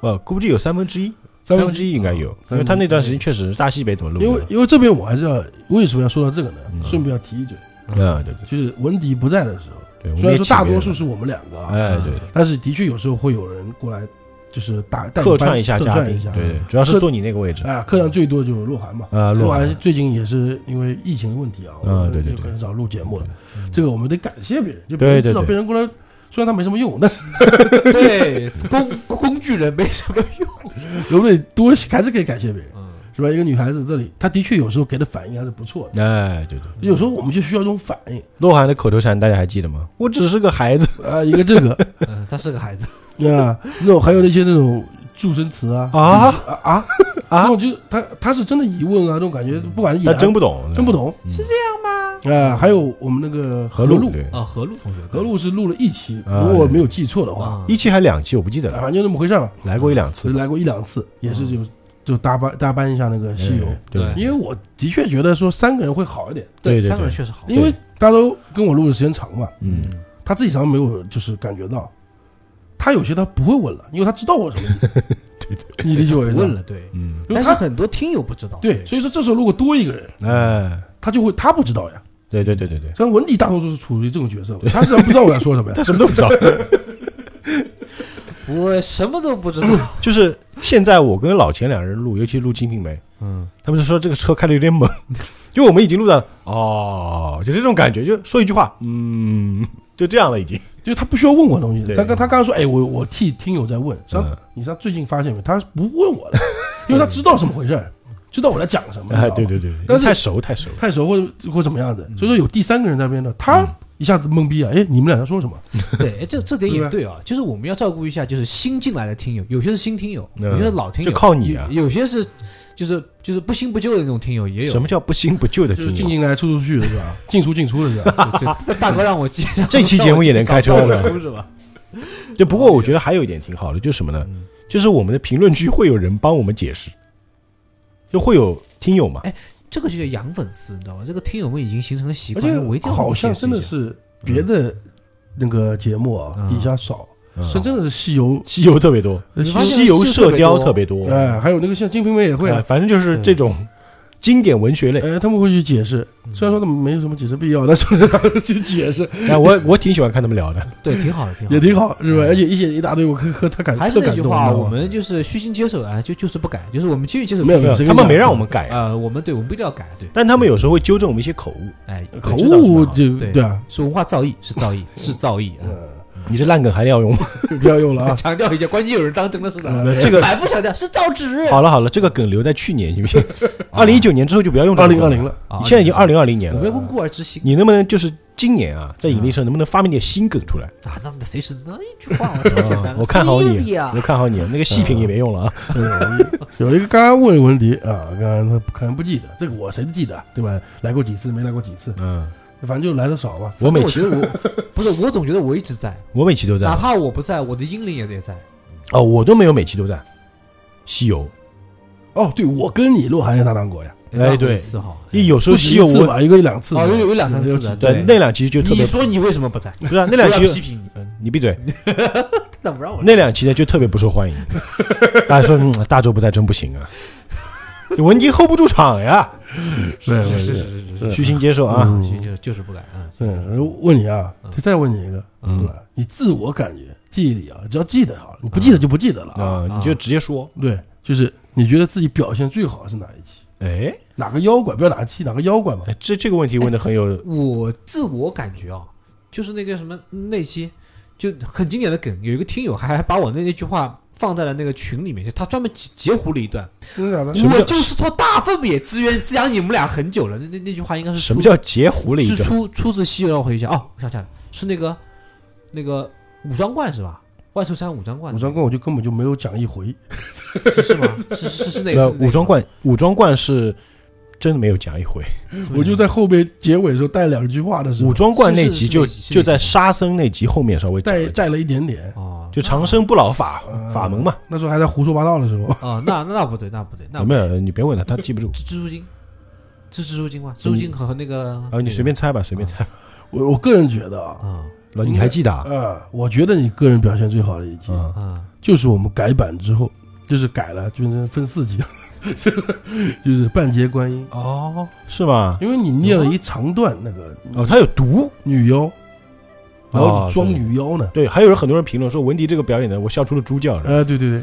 呃，估计有三分之一，三分之一应该啊有，因为他那段时间确实大西北怎么录因为的？因为这边我还是要为什么要说到这个呢？嗯顺便要提一嘴，啊，对对就是文迪不在的时候，对，我虽们然也说请大别多人数是我们两个啊，哎对嗯但是的确有时候会有人过来，就是打带你客班串一下客嘉串宾一下，，对对，主要是坐你那个位置啊，客串最多就是鹿晗嘛。啊，鹿洛晗最近也是因为疫情的问题啊，啊我们对对就对很少录节目了。嗯这个我们得感谢别人，就对别人对至少对别人过来，虽然他没什么用，但是对，工 <laughs> 工具人没什么用。我们得多还是可以感谢别人，嗯，是吧？一个女孩子这里，她的确有时候给的反应还是不错的，哎，对对，有时候我们就需要这种反应洛晗的口头禅大家还记得吗？我只是个孩 <laughs> 子啊，一个这个嗯，他是个孩子，啊，那种还有那些那种助声词啊啊啊啊啊那种就他他是真的疑问啊，这种感觉，不管是演他真不不懂， <laughs> 真不懂是这样吗？啊，还有我们那个何路路，，对啊，何璐同学，何璐是录了一期，啊如果我没有记错的话，啊，一期还两期我不记得啊了，反正就那么回事儿吧。来过一两次只，来过一两次，也是就就搭班搭班一下那个西游哎，对因为我的确觉得说三个人会好一点，对对三个人对，确实好。因为大家都跟我录的时间长嘛，嗯，他自己常常没有就是感觉到，他有些他不会问了，因为他知道我什么意思，你理解我意思吗问了，对，嗯，因为但是他很多听友不知道，对，所以说这时候如果多一个人，哎，他就会他不知道呀。对对对对对，虽然文迪大多数是处于这种角色，他实际上不知道我要说什么呀他。 <laughs> 什么都不知道。我什么都不知道。就是现在我跟老钱两人录，尤其录《金瓶梅》，嗯，他们就说这个车开的有点猛， <laughs> 就我们已经录到哦，就这种感觉，就说一句话，嗯，就这样了已经。就是他不需要问我东西的。对他刚他刚刚说，哎，我我替听友在问，实际嗯上你知道最近发现没？他不问我的， <laughs> 因为他知道怎么回事儿，知道我在讲什么。 <laughs> 嗯哎，你知道对嗯吗对对，对但是太熟太熟了，太熟或者或怎么样子，所以说有第三个人在那边呢，他一下子懵逼嗯啊！哎，你们俩在说什么？对，哎这这点对也吧对啊，就是我们要照顾一下，就是新进来的听友，有些是新听友，嗯有些是老听友，就靠你啊有有些是就是就是不新不旧的那种听友也有什。么叫不新不旧的就是听进友？进来出出去的是 <laughs> 吧？进出进出的是 <laughs> 吧？对对大哥让我 <laughs> 接，这期节目也能开车了让我出是吧？就不过我觉得还有一点挺好的，就是什么呢？就是我们的评论区会有人帮我们解释，就会有听友嘛哎，这个就叫养粉丝，你知道吗？这个听友们已经形成了习而惯，我一且定要好像真的解释一下是别的那个节目啊，嗯底下少，嗯是真的是西游，西游特别多，呃你西发现西游游射雕特别多，哎，还有那个像《金瓶梅》也会啊哎，反正就是这种经典文学类。哎，他们会去解释，嗯虽然说他们没有什么解释必要，但是他们去解释 <laughs> 哎，我我挺喜欢看他们聊的，对，挺好的，挺好也的。挺好，是吧？嗯而且一写一大堆，我呵呵，他感还是那句话，特感动我们就是虚心接受啊，就就是不改，就是我们继续接受。没有没有他们没让我们改，呃，我们对我们不一定要改，对，但他们有时候会纠正我们一些口误。哎，你对知道吗知道口知误道就对对啊，是文化造诣，是造诣，是造诣啊。！你这烂梗还得要用吗？ <laughs> 不要用了啊强调一下，关键有人当真了是咋的？这个反复强调是造 <laughs> 纸。好了好了，这个梗留在去年行不 <laughs> 行？二零一九年之后就不要用这二个梗零啊二零，了，啊你现在已经二，零二零年我们要了，温故而知新你能不能就是今年啊，在引嗯力社能不能发明点新梗出来？啊！那么随时那一句话，太简单了。我看好你，呀啊我，看好你，那个细品也没用了啊。有一个刚刚问文迪啊，刚刚他可能不记得，这个我谁都记得，对吧？来过几次，没来过几次，嗯，反正就来的少嘛。我每我期觉得我不是，我总觉得我一直在，我每期都在啊哪怕我不在，我的英灵也得在。哦，我都没有每期都在。西游，哦，对，我跟你录《寒夜大糖果》呀，哎对四号，因为有时候不止西啊一游次我吧，一个一两次哦，有有两三次有的，对那两期就特别你，说你为什么不在？不是啊那那两期批评你，嗯你闭嘴，他怎么让我那两期呢就特别不受欢迎， <laughs> 大家说嗯大周不在真不行啊，文迪 hold 不住场呀，对对是对是是是对虚心接受啊，嗯是，就就是不敢啊。嗯，问你啊，就再问你一个，嗯对吧？你自我感觉记忆里啊，只要记得好，你不记得就不记得了嗯啊。啊，你就直接说，对，就是你觉得自己表现最好是哪一期？哎哪个妖怪？不要哪个期，哪个妖怪嘛？啊哎，这这个问题问的很有，我自我感觉啊，就是那个什么那期就很经典的梗，有一个听友还还把我那那句话放在了那个群里面，就他专门截截胡了一段。真的假的？什么叫我就是托大粪也支援滋养你们俩很久了。那那那句话应该是什么出叫截胡了一是段？出出自《西游》让我回想哦，我想起来了，是那个那个武装观是吧？万寿山武装观，武装观我就根本就没有讲一回，是是吗？是是是那呃个武装，观，武装观是真的没有讲一回，是那个我就在后面结尾的时候带两句话的时武候，装观是那是集是就那集是就那在集沙僧那集后面稍微讲了带一带了一点点哦，就长生不老法嗯法门嘛，那时候还在胡说八道的时候，哦，那那那不对，那不对，那有不没对有？你别问了，他记不 <laughs> 住。蜘蛛精，是蜘蛛精吗？蜘蛛精和和那个啊，你随便猜吧，随便猜。 <laughs> 我我个人觉得啊，啊老，你还记得啊？啊，我觉得你个人表现最好的一期嗯啊就是我们改版之后，就是改了， <laughs> 就是分四集，就是半截观音，哦，是吗？因为你念了一长段那个哦，他有毒。女妖，然后哦你装女妖呢？对，还有人很多人评论说文迪这个表演的，我笑出了猪叫。哎，对对对，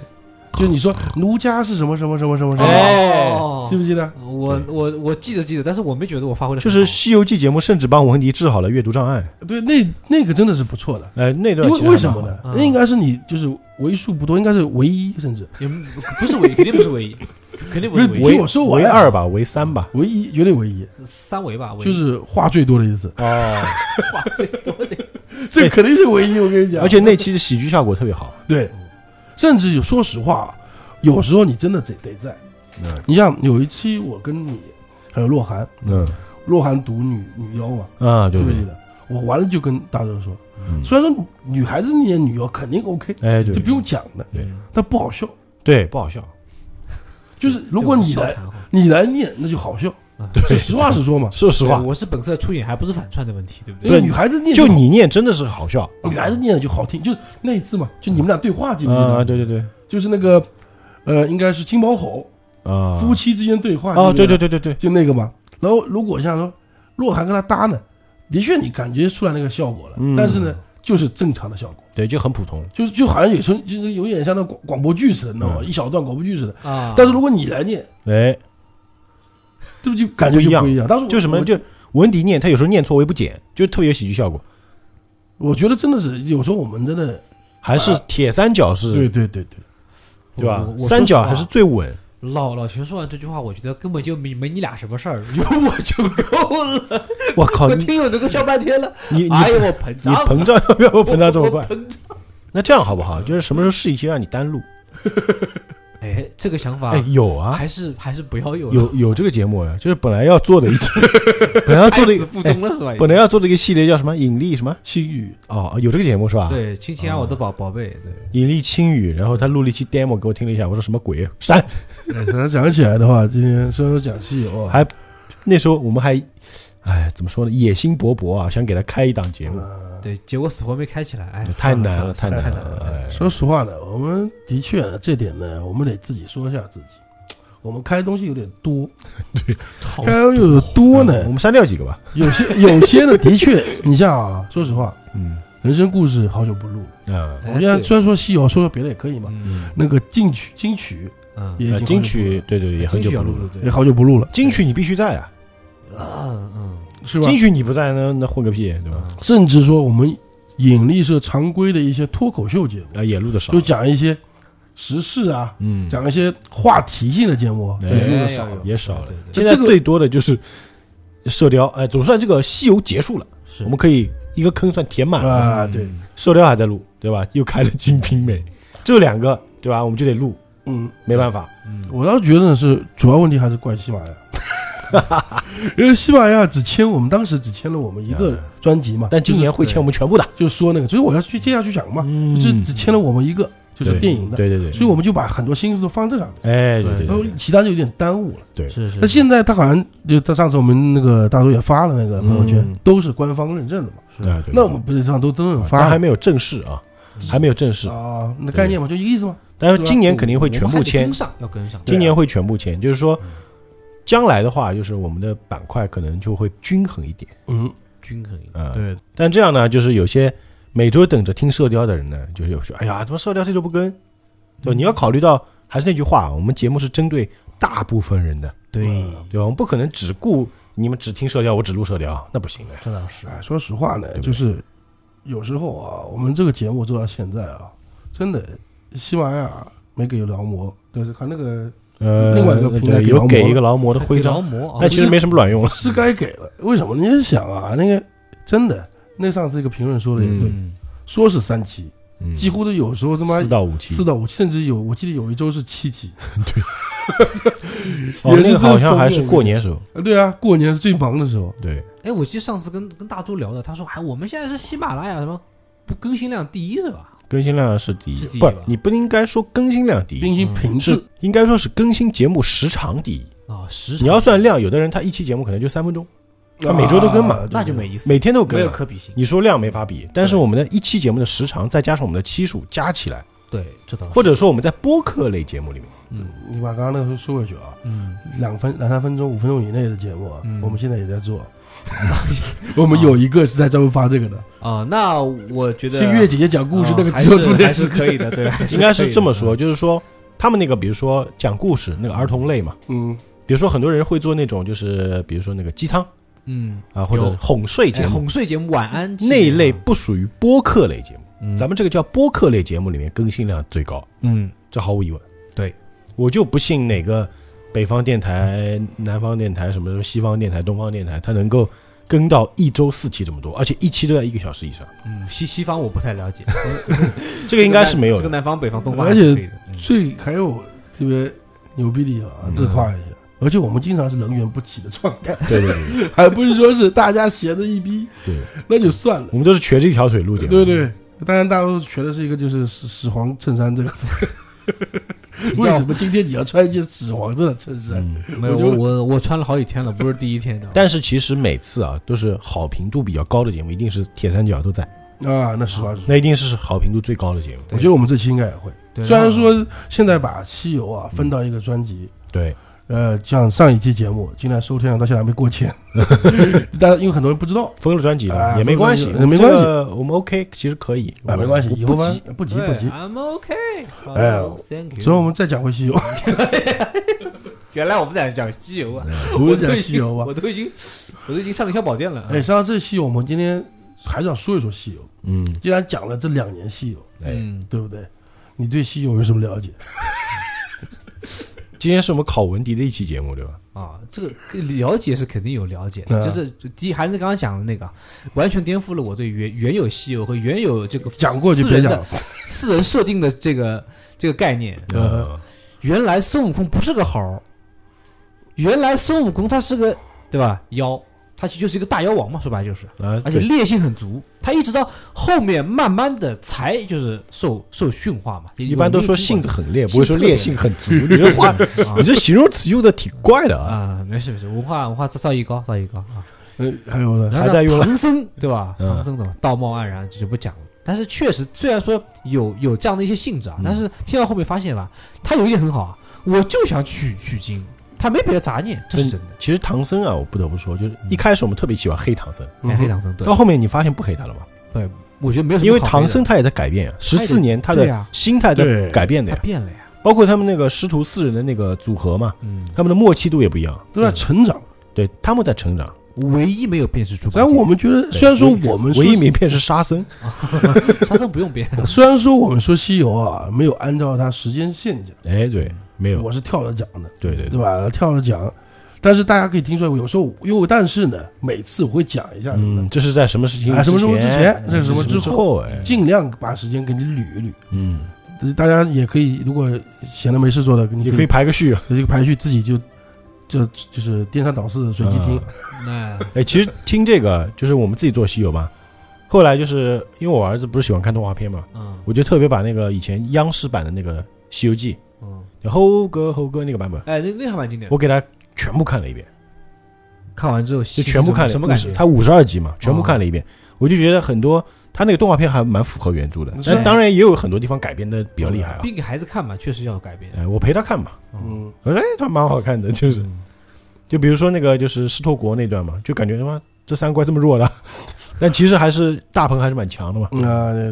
就你说奴家是什么什么什么什么什么，哎哦记不记得？我我我记得记得，但是我没觉得我发挥的就是《西游记》节目甚至帮文迪治好了阅读障碍。对，那那个真的是不错的，哎，那段因其实还为为什么蛮好呢？嗯那应该是你就是为数不多，应该是唯一，甚至也不是唯一，肯定不是唯一，肯定不是唯不一，听我说唯完唯啊二吧，唯三吧。唯一，绝对唯一，三维吧，唯一就是话最多的 <laughs> 一次，哦，话最多的。这肯定是唯一，我跟你讲。 <laughs> 而且那期的喜剧效果特别好。对，甚至有说实话，有时候你真的得得在。嗯你像有一期我跟你还有洛涵，嗯洛涵读女女妖嘛，啊，记对不对记得？我完了就跟大周说，嗯虽然说女孩子念女妖肯定 OK，对，哎这不对用讲的，对但不好笑。对，不好笑。就是如果你来你来念，那就好笑。对，实话实说 <laughs> 嘛，说实对话，哎我是本色出演，还不是反串的问题，对不因对？为女孩子念就好你念真的是好笑。女孩子念的就好听，就是那一次嘛，就你们俩对话记不记啊，得？对对对，就是那个呃，应该是金毛吼啊，夫妻之间对话哦，对对对，对对对，就那个嘛。然后如果像说洛涵跟他搭呢，的确你感觉出来那个效果了，嗯但是呢，就是正常的效果，对就很普通，就是就好像有时候就是有点像那广广播剧似的，你知道吗？嗯一小段广播剧似的。啊，但是如果你来念，哎，这不就感觉就不一样？当时我就什么我就文迪念，他有时候念错我也不剪，就特别有喜剧效果，我觉得真的是有时候我们真的还是铁三角啊对是，对对对，对吧我我？三角还是说最稳，实话老老秦说完这句话，我觉得根本就没没你俩什么事儿， <laughs> 有我就够了。 <laughs> 我靠，我你听友能够笑半天了，你你哎呦我膨你胀，膨胀要 <laughs> 不要膨胀这么我快？ <laughs> 膨胀。那这样好不好？就是什么时候试一期让你单录？哎，这个想法哎，有 <laughs> 啊，还是还是不要有了啊有有这个节目呀，啊就是本来要做的一 <laughs> 期，本来要做的一开始腹哎中了是吧？本来要做的一个系列叫什么引力什么青语哦，有这个节目是吧？，对亲亲啊，我的宝宝贝，对，引力轻语，然后他录了一期 demo 给我听了一下，我说什么鬼？啊删。哎咱讲起来的话，今天说说讲戏哦，还那时候我们还，哎，怎么说呢？野心勃勃啊，想给他开一档节目，呃对，结果死活没开起来，哎，太算难了，了，太算难了太了。哎说实话呢，我们的确呢这点呢，我们得自己说一下自己，我们开的东西有点多，好哦哎开哎的东西有点多嗯我呢，们删掉几个吧。有些有些呢，的确，你像啊，说实话，嗯人生故事好久不录了，啊，哎我现在对虽然说戏哦，说说别的也可以嘛，嗯那个进曲金曲嗯，也已经好久呃金不录曲了对对对，也很久进去不要录录了。对也好久不录了，金曲你必须在啊，嗯嗯，是吧啊金？曲你不在那那混个屁，对吧？甚至说我们引力社常规的一些脱口秀节目。啊，也录的少就。讲一些时事啊，嗯，讲一些话题性的节目，哎这个录的哎少要了有。也少了对对。现在这个最多的就是射雕，哎，总算这个西游结束了，是我们可以一个坑算哎填满了。嗯啊，对，射雕还在录，对吧？又开了《金瓶 <laughs> 梅》，这两个对吧？我们就得录，嗯，没办法。我倒觉得是主要问题还是怪喜马拉 <laughs> 雅，因为喜马拉雅只签我们当时只签了我们一个专辑嘛，啊但今年会签我们全部的，就是说那个，所以我要去接下去讲嘛，嗯就只签了我们一个，就是对电影的，对对对，所以我们就把很多心思都放这上面，哎，对对然后对，嗯其他就有点耽误了。是是那现在他好像就他上次我们那个大叔也发了那个朋友圈嗯，都是官方认证的嘛，对啊对对那我们不是上都都有发但还没有正式啊，还没有正式，啊，那概念嘛，就一个意思嘛。但是今年肯定会全我们还部得签跟，上要跟上，啊今年会全部签，就是说，将来的话，就是我们的板块可能就会均衡一点嗯，均衡一点。啊。呃对，但这样呢，就是有些每周等着听射雕的人呢，就是有说，哎呀，怎么射雕这周不更？对吧，你要考虑到，还是那句话，我们节目是针对大部分人的，对，对吧？我们不可能只顾你们只听射雕，我只录射雕，那不行的。这倒是哎，说实话呢，对不对就是有时候啊，我们这个节目做到现在啊，真的喜马拉雅没给劳模，就是看那个呃，另外一个平台对给劳有模给了一个劳模的徽劳章，模啊但，其实没什么卵用了。是该给了，为什么？你想啊，那个真的，那上次一个评论说的也对，嗯说是三期， <laughs> 嗯几乎都有时候他妈四。到五期，四到五，甚至有，我记得有一周是 <laughs> 七期。哦，也那是个这好像种还是东西过年时候，呃对啊，过年是最忙的时候。对，哎，我记得上次跟跟大猪聊的，他说哎，我们现在是喜马拉雅什么不更新量第一是吧？更新量是第一是，第一不吧，你不应该说更新量第一，冰心平嗯是啊治，应该说是更新节目时长第一。啊，十你要算量，有的人他一期节目可能就三分钟，他每周都跟嘛啊那就没意思，每天都没更有嘛。可比性。你说量没法比，但是我们的一期节目的时长，再加上我们的期数加起来，对，这倒是或者说我们在播客类节目里面，你把刚刚那个说回去啊，嗯，两分两三分钟、五分钟以内的节目啊，嗯我们现在也 <laughs> 在做。我们有一个是在专门发这个的，啊，那我觉得是月姐姐讲故事啊那个还只有是昨还天是可以的，对，还应该是可以的这么说，。就是说他们那个，比如说讲故事那个儿童类嘛，嗯，比如说很多人会做那种，就是比如说那个鸡汤嗯，啊，或者有哄睡节哎目哄睡节目晚安啊那一类，不属于播客类节目。咱们们这个叫播客类节目里面更新量最高，嗯这毫无疑问。对，我就不信哪个北方电台、南方电台、什么西方电台、东方电台，它能够更到一周四期这么多，而且一期都在一个小时以上，嗯，西西方我不太了解，这个应该是没有这个的。南方北方东方而还是可以且的，嗯最还有特别牛逼的地方啊，自夸一下。而且我们经常是人员不齐的状 <laughs> 态，对对对，对还不是说是大家闲着一逼，对，那就算了。 <laughs> 我们都是瘸着一条腿啊录嗯节目。对对，当然大家都学的是一个就是始始皇衬 <laughs> 衫这个。为什么今天你要穿一件始皇色的衬衫？嗯。没有我就我我我穿了好几天了，不是第一天的，但是其实每次啊，都是好评度比较高的节目，一定是铁三角都在。嗯啊，那实话实说，那一定是好评度最高的节目。我觉得我们这期应该也会。对虽然说现在把西游啊嗯分到一个专辑，对，呃，像上一期节目，竟然收听量到现在还没 <laughs> 过千，但是因为很多人不知道封了专辑了啊也没关系，封了也没关系这个我们 OK，其实可以啊，没关系，以后不吧急，啊不急对不急。 ，I'm OK。哎 Thank you。所以我们再讲 <laughs> 回西游，原来我们在讲西游啊，我我们都讲已西经游吧啊我。都已经我都已经上了小宝剑了啊。哎，上到这西游，我们今天还是要说一说西游。嗯，既然讲了这两年西游，哎，嗯，对不对？你对西游有什么了解？今天是我们考文迪的一期节目，对吧？啊，这个了解是肯定有了解哎嗯的，就是就第一，还是刚刚讲的那个，完全颠覆了我对原原有西游和原有这个讲过就四别人讲的了。四人设定的这个这个概念。呃呃，原来孙悟空不是个猴儿，原来孙悟空他是个对吧妖，他其实就是一个大妖王嘛，说白了就是，啊，而且对烈性很足。他一直到后面慢慢的才就是受受驯化嘛，一般都说性子子很烈，不会说烈性很足。你这 <laughs> 话，啊你这形容词用的挺怪的啊。啊，没事没事，文化文化造诣高，造诣高啊。呃，还有呢，还在用唐僧对吧？嗯唐僧的道貌岸然，这就不讲了。但是确实，虽然说有有这样的一些性质啊，嗯但是听到后面发现吧，他有一点很好啊，我就想取取经，他没别的杂念，这是真的。其实唐僧啊，我不得不说，就是一开始我们特别喜欢黑唐僧，哎，黑唐僧对到，后面你发现不黑他了吧？对，我觉得没有什么因为好黑唐的僧他也在改变啊，十四年他对的呀，心态在对改变的他呀，变了呀，包括他们那个师徒四人的那个组合嘛，嗯，他们的默契度也不一样，嗯都在成长。对他们在成长。唯一没有变是猪八戒，然后我们觉得，虽然说我们说唯一没变是沙僧，唐僧不 <laughs> 用变，虽然说我们说西游啊，没有按照它时间线讲，哎，对，没有，我是跳着讲的，对对对，吧？跳着讲，但是大家可以听出来，有时候因为但是呢，每次我会讲一下，嗯，这是在什么事情哎什么时候之前前，这是什么之之后，后哎，尽量把时间给你捋一捋。嗯，大家也可以，如果闲的没事做的，你也可以排个序啊。这个排序自己就就就是颠三倒四随机听嗯。那哎，其实听这个就是我们自己做西游嘛。后来就是因为我儿子不是喜欢看动画片嘛，嗯我就特别把那个以前央视版的那个《西游记嗯，》猴哥猴哥那个版本，哎，那那还蛮经典的。我给他全部看了一遍，看完之后就全部看了什么感五觉哦十？他五十二集嘛，全部看了一遍，我就觉得很多他那个动画片还蛮符合原著的，是但当然也有很多地方改编的比较厉害啊。并给孩子看嘛，确实要有改变。哎，我陪他看嘛，嗯，我说哎，他蛮好看的，就是，嗯就比如说那个就是狮驼国那段嘛，就感觉他妈这三怪这么弱的， <laughs> 但其实还是大鹏还是蛮强的嘛。嗯啊，对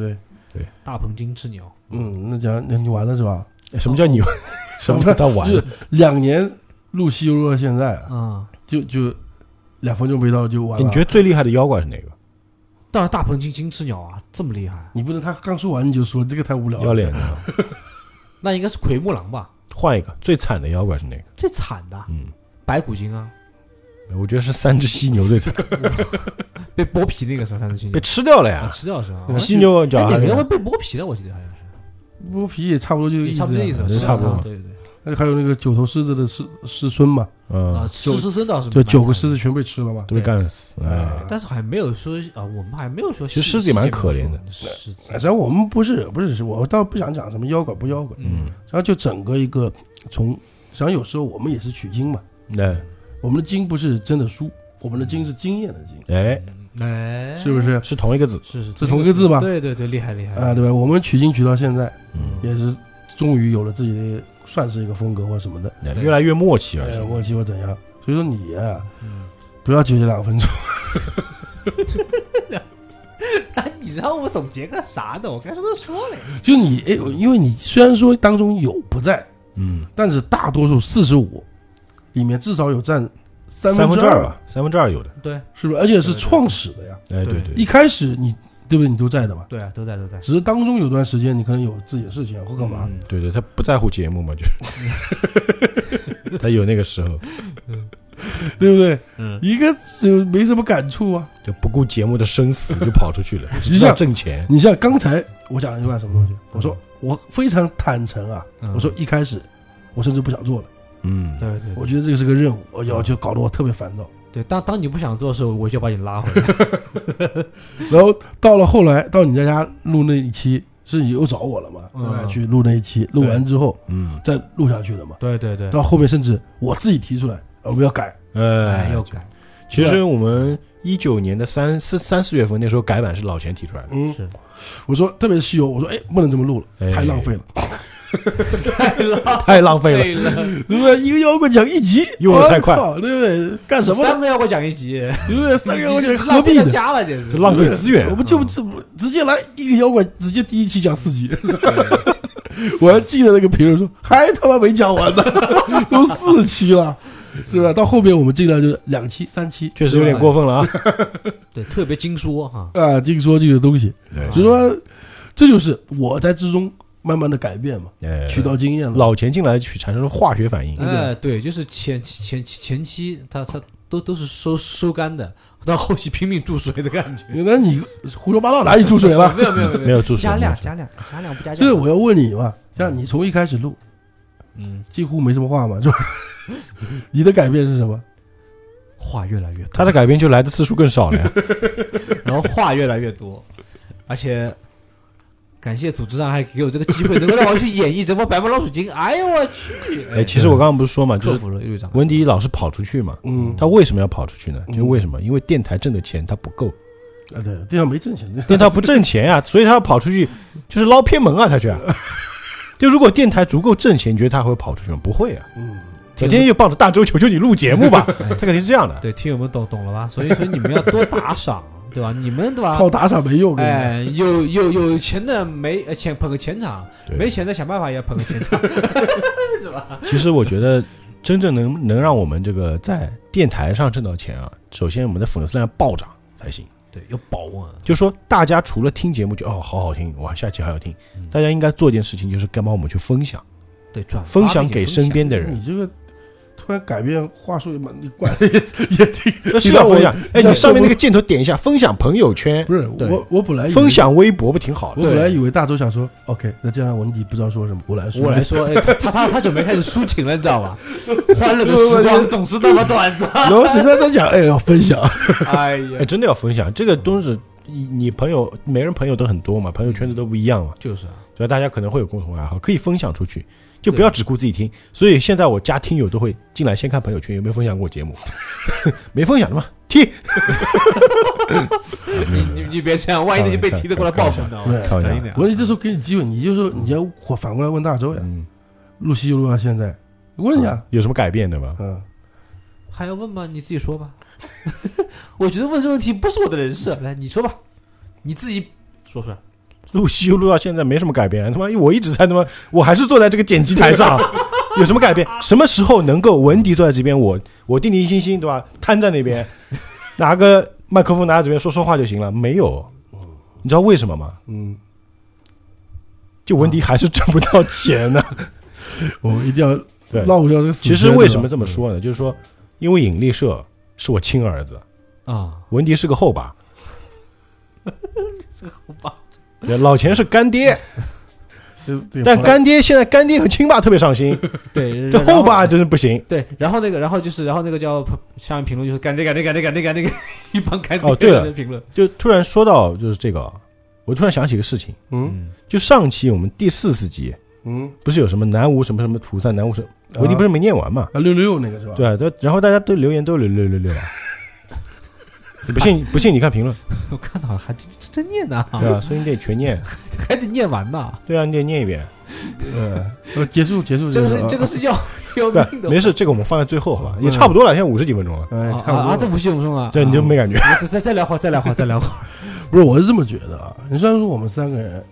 对，大鹏金翅鸟，嗯，那讲那你完了是吧？什么叫你？ <laughs> 什么叫哦在玩就？是两年录西游录到现在啊，嗯，就就两分钟没到就完了。你觉得最厉害的妖怪是哪个？当然大鹏金金翅鸟啊，这么厉害，你不能他刚说完你就说这个太无聊要了。脸的，那应该是奎木狼吧？啊换一个最惨的妖怪是哪个？最惨的嗯，白骨精啊，我觉得是三只犀牛最惨，被剥皮那个时候，三只犀牛 <laughs> 被吃掉了啊呀。吃掉是吧？<laughs> 嗯犀牛叫哎啥哪来个会着？被剥皮的？我记得好像是，剥皮也差不多就也差不多意思思啊。，这差不多对对对。那还有那个九头狮子的师师孙嘛，啊嗯，，四师孙倒是就蛮九个狮惨的，子全被吃了嘛。都被干死。哎，啊但是还没有说啊，我们还没有说其细。实狮子也蛮可怜的细节没有说狮哎子，咱我们不是不是，是我倒不想讲什么妖怪不妖怪，嗯，然后就整个一个从，实际上有时候我们也是取经嘛，那我们的经不是真的书，我们的经是经验的经，哎哎，是不是？是同一个字。是是，这同一个字吧对对对，厉害厉害啊，对吧？我们取经取到现在，嗯，也是终于有了自己的，算是一个风格或什么的，哎越来越默契而哎且我记我怎样？所以说你啊， <laughs> 嗯，不要纠结两分钟， <laughs> 那哎你让我总结个啥呢？我该说都说了呀。就你哎，因为你虽然说当中有不在，嗯，但是大多数四十五里面至少有占三三分之二二，吧，三分之二有的。对是不是？而且是对对对创始的呀，哎，对对对一，开始你对不对？你都在的嘛。对啊，都在都在。只是当中有段时间你可能有自己的事情或干嘛，嗯对对，他不在乎节目嘛，就是， <laughs> 他有那个时候对不对？嗯一个就没什么感触啊。就不顾节目的生死 <laughs> 就跑出去了，只知道挣钱。你像刚才我讲了一段什么东西，嗯我说我非常坦诚啊，我说一开始我甚至不想做了，嗯，对对嗯我对觉得这个是个任务，我要就搞得我特别烦躁。对，当当你不想做的时候，我就把你拉 <laughs> 回来。然后到了后来，到你在家录那一期，是你又找我了嘛？嗯对吧去录那一期，录完之后嗯，再录下去的嘛。对对对，到后面甚至我自己提出来，呃我们要改，哎，呃 <laughs> 要，改，其实我们一九年的三四三四月份那时候改版是老钱提出来的，嗯， <laughs> 是我说特别是西游，我说哎不能这么录了，哎太浪费了， <laughs> 太浪费了。了， <laughs> 对不对？一个妖怪讲一集，用得太快我靠对不对？干什么呢？三个要给我讲一 <laughs> <laughs> 集，对不对？三个妖怪讲何浪必费呢到？家了，这是浪费资源啊我们就直直接来一个妖怪，直接第一期讲四集。 <laughs> 我还记得那个评论说，还他妈没讲完呢， <laughs> 都四期了，是吧？到后面我们尽量就是两期、三期，确实有点过分了啊！对，特别精说哈，啊，净说这个东西。啊对所以说，这就是我在之中慢慢的改变嘛，哎取到经验了。老钱进来去产生了化学反应，哎，对，就是前前前前期他他都都是收收干的，到后期拼命注水的感觉，那你胡说八道哪里注水了？没有没有没有没没有，有注水加，量没有注水加量加量不加这价，个我要问你嘛，像你从一开始录，嗯，几乎没什么话嘛，是 <laughs> 吧？你的改变是什么？话越来越多，他的改编就来的次数更少 <laughs> 了呀。然后话越来越多，而且感谢组织上还给我这个机会，能够让我去演绎整个《白毛老鼠精》。哎呦我去！哎，其实我刚刚不是说嘛，就克是服了队长，温迪老是跑出去嘛，嗯，他为什么要跑出去呢？嗯就为什么？因为电台挣的钱他不够，啊，对，地上没挣钱，电台不挣钱啊， <laughs> 所以他要跑出去就是捞偏门啊，他去啊。 <laughs> 就如果电台足够挣钱，你觉得他会跑出去吗？不会啊，嗯，我天天就抱着大周求求你录节目 <laughs> 吧，他肯定是这样的。对听友们懂懂了吧？所以说你们要多打赏，对吧？你们对吧？靠打赏没用。我跟你讲哎，有有有钱的没呃钱捧个钱场，对没钱的想办法也要捧个钱场，是吧？其实我觉得，真正能能让我们这个在电台上挣到钱啊，首先我们的粉丝量暴涨才行。 <laughs> 对，有保温，就说大家除了听节目就哦好好听，哇下期还要听，大家应该做一件事情，就是该帮我们去分享，对转发分享给身边的人你。这个突然改变话术也蛮，你 <laughs> 管也也挺那是你要让我分享，哎，让你我上面那个箭头点一下，分享朋友圈，不是对我，我本来以为分，享微博，不挺好我的？本来以为大周想说，OK，那这样文迪不知道说什么，我来说，我来，说，哎，他他他他准备开始抒情了，你 <laughs> 知道吧？欢乐的时光总是那么短暂。 <laughs> 然后谁在这讲，哎，要分享，哎呀哎，，真的要分享这个东西。你你朋友每人朋友都很多嘛，朋友圈子都不一样嘛，就是啊，所以大家可能会有共同爱好，可以分享出去，就不要只顾自己听。所以现在我加听友都会进来先看朋友圈有没有分享过节目， <laughs> 没分享的嘛，踢。哎你你你别这样，万一那些被踢的过来报复，你知道吗？开玩小心笑，点啊。文迪这时候给你机会，你就说你要反过来问大周呀，嗯，录西游录到现在，我问一下，有什么改变对吧？嗯，还要问吗？你自己说吧。 <laughs> 我觉得问这个问题不是我的人设，来你说吧，你自己说出来。录西游录到现在没什么改变，他妈我一直在他妈，我还是坐在这个剪辑台上，有什么改变？什么时候能够文迪坐在这边，我我定定心心对吧？瘫在那边，拿个麦克风拿在嘴边说说话就行了？没有，你知道为什么吗？嗯，就文迪还是挣不到钱呢。 <laughs> 我一定要对，绕不掉这个死其圈。实为什么对吧嗯这么说呢？就是说，因为引力社是我亲儿子，啊，文迪是个后 <laughs> 爸，这个好吧，对老钱是干 <laughs> 爹，对对但不干爹现在干爹和亲爸特别上心，嗯 <laughs> 对， <laughs> 这然后爸真是不行。对，然后那个，然后就是，然后那个叫下面评论就是干这干这干这干这干这个 <laughs> 一帮干这哦对了评论，就突然说到就是这个，我突然想起一个事情，嗯嗯，就上期我们第四十集嗯，不是有什么南无什么什么菩萨，南无什么，啊我你不是没念完嘛？啊六六六那个是吧？对啊，都然后大家都留言都留六六 <laughs> 六啊。你不信？不信？你看评论， <laughs> 我看到了，还真真真念呢，对吧？啊声音得全念，还得念完呢，对啊，你得念一遍。嗯，呃结束结束，这个结是束这个，是 <laughs> 要要对啊命，的，没事，这个我们放在最后好吧？嗯也差不多了，现在五十几分钟了，哎，啊差不啊多啊，了这五十九分钟了，对，你就啊没感觉。我 <laughs> 再再聊会儿，再聊会儿，再聊会儿，不是，我是这么觉得啊。你虽然说我们三个人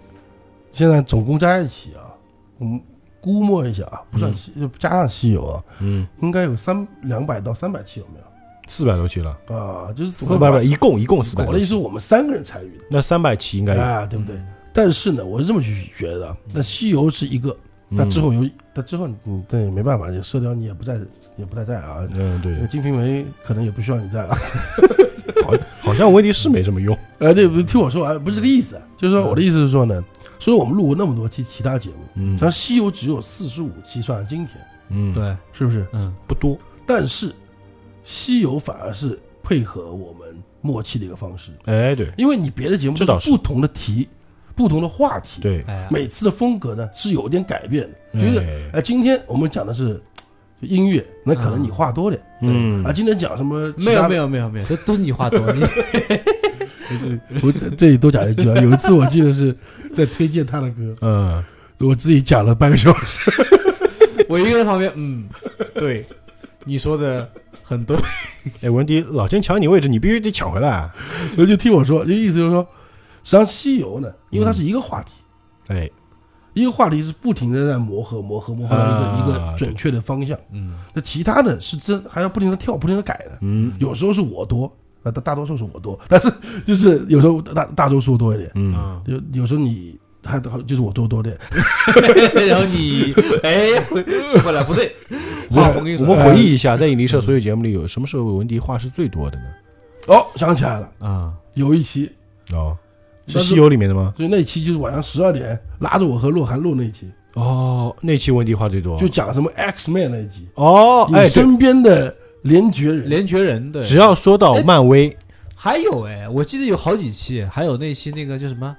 现在总共加一起啊，我们估摸一下啊，不算西，就加上西游啊，嗯，应该有三两百到三百期有没有四百多期了，啊？就是不不不，一共一哎共四百我。的意思，我们三个人参与那三百期应该的有。啊，对不对？但是呢，我是这么去觉得啊，那西游是一个，那之后有，那之后你但也没办法，射雕你也不在，也不太在啊。嗯，嗯，对，金瓶梅可能也不需要你在啊，好像问题是没什么用。呃，对，不听我说完，不是这个意思，啊就是说我的意思是说呢，所以我们录过那么多期其他节目，嗯像《西游》只有四十五期，算上今天，嗯， <laughs> 对，是不是？嗯，不多。但是《西游》反而是配合我们默契的一个方式，哎，对因为你别的节目这倒都是不同的题、不同的话题，，对，哎呀，每次的风格呢是有点改变的，就哎是哎，今天我们讲的是音乐，那可能你话多点嗯啊。今天讲什么？没有没，有没有没有，都都是你话多， <laughs> 你我 <laughs> 这里多讲一句啊。有一次我记得是在推荐他的 <laughs> 歌，嗯，我自己讲了半个小时。我一个人旁边，嗯，对。你说的很对，哎，文迪，老天抢你位置，你必须得抢回来啊。他就听我说，就意思就是说，实际上西游呢，因为它是一个话题，哎，一个话题是不停的在磨合、磨合、磨合到一个、啊一个准确的方向。嗯那其他的是真还要不停的跳、不停的改的。嗯有时候是我多，啊，大大多数是我多，但是就是有时候大大多数多一点，嗯，啊， <laughs> 有有时候你还就是我多多点。然后你哎回说回来不对，话锋一我转们回忆一哎下，在引力社所有节目里，有什么时候文迪话是最多的呢？哦，想起来了，啊，有一期，哦，是但是西游里面的吗？就那期就是晚上十二点拉着我和洛涵录那期，哦，那期文迪话最多。就讲什么 X Man 那一集，哦，你哎，对，身边的联觉人，连绝人对，只要说到漫威，还有哎，我记得有好几期，还有那期那个叫什么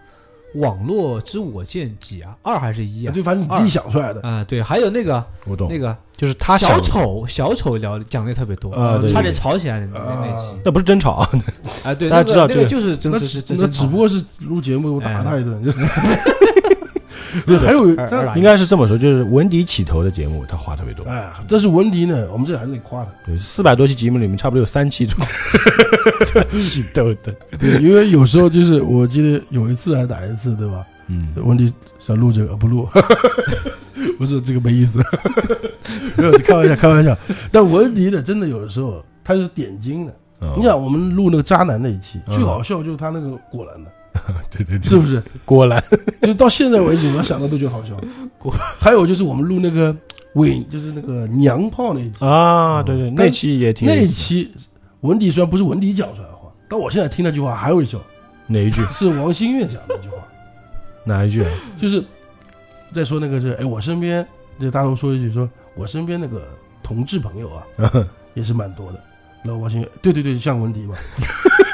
《网络之我见几》啊，二还是一啊？就反正你自己想出来的。啊，对，还有那个我懂那，个就是他想小，丑，小丑聊讲的特别多，啊对对差点吵起来的那啊那那期那不是争 <laughs> 吵啊，啊，对，大家知道那这个个那个就是真那真是真那真只不过是录节目，我打哎他一顿。就对，还有二这二打应该是这么说，就是文迪起头的节目，他话特 <laughs> 别多。哎，但是文迪呢，我们这还是得夸他，对，四百多期节目里面，差不多有三期左右 <laughs> 起头的。对因为有时候就是我记得有一次还打一次，对吧？嗯，文迪想录这个不录， <laughs> 不是这个没意思， <laughs> 没有开玩笑开玩笑。但文迪呢，真的有的时候他是点睛的。哦你想，我们录那个渣男那一期，嗯最好笑就是他那个果然的，对对 <laughs> 是，不是？果然就是到现在为止，我想到都觉得好笑。果还有就是我们录那个伪，就是那个娘炮那一 <laughs> 期，啊，对对，嗯那期也挺那一期文迪虽然不是文迪讲出来的话，但我现在听那句话还会笑，哪一句？是王馨岳讲的那句话，哪一句？啊就是再说那个是，哎，我身边这大头说一句说，我身边那个同志朋友啊，也是蛮多的。然后王馨岳，对对对，像文迪嘛，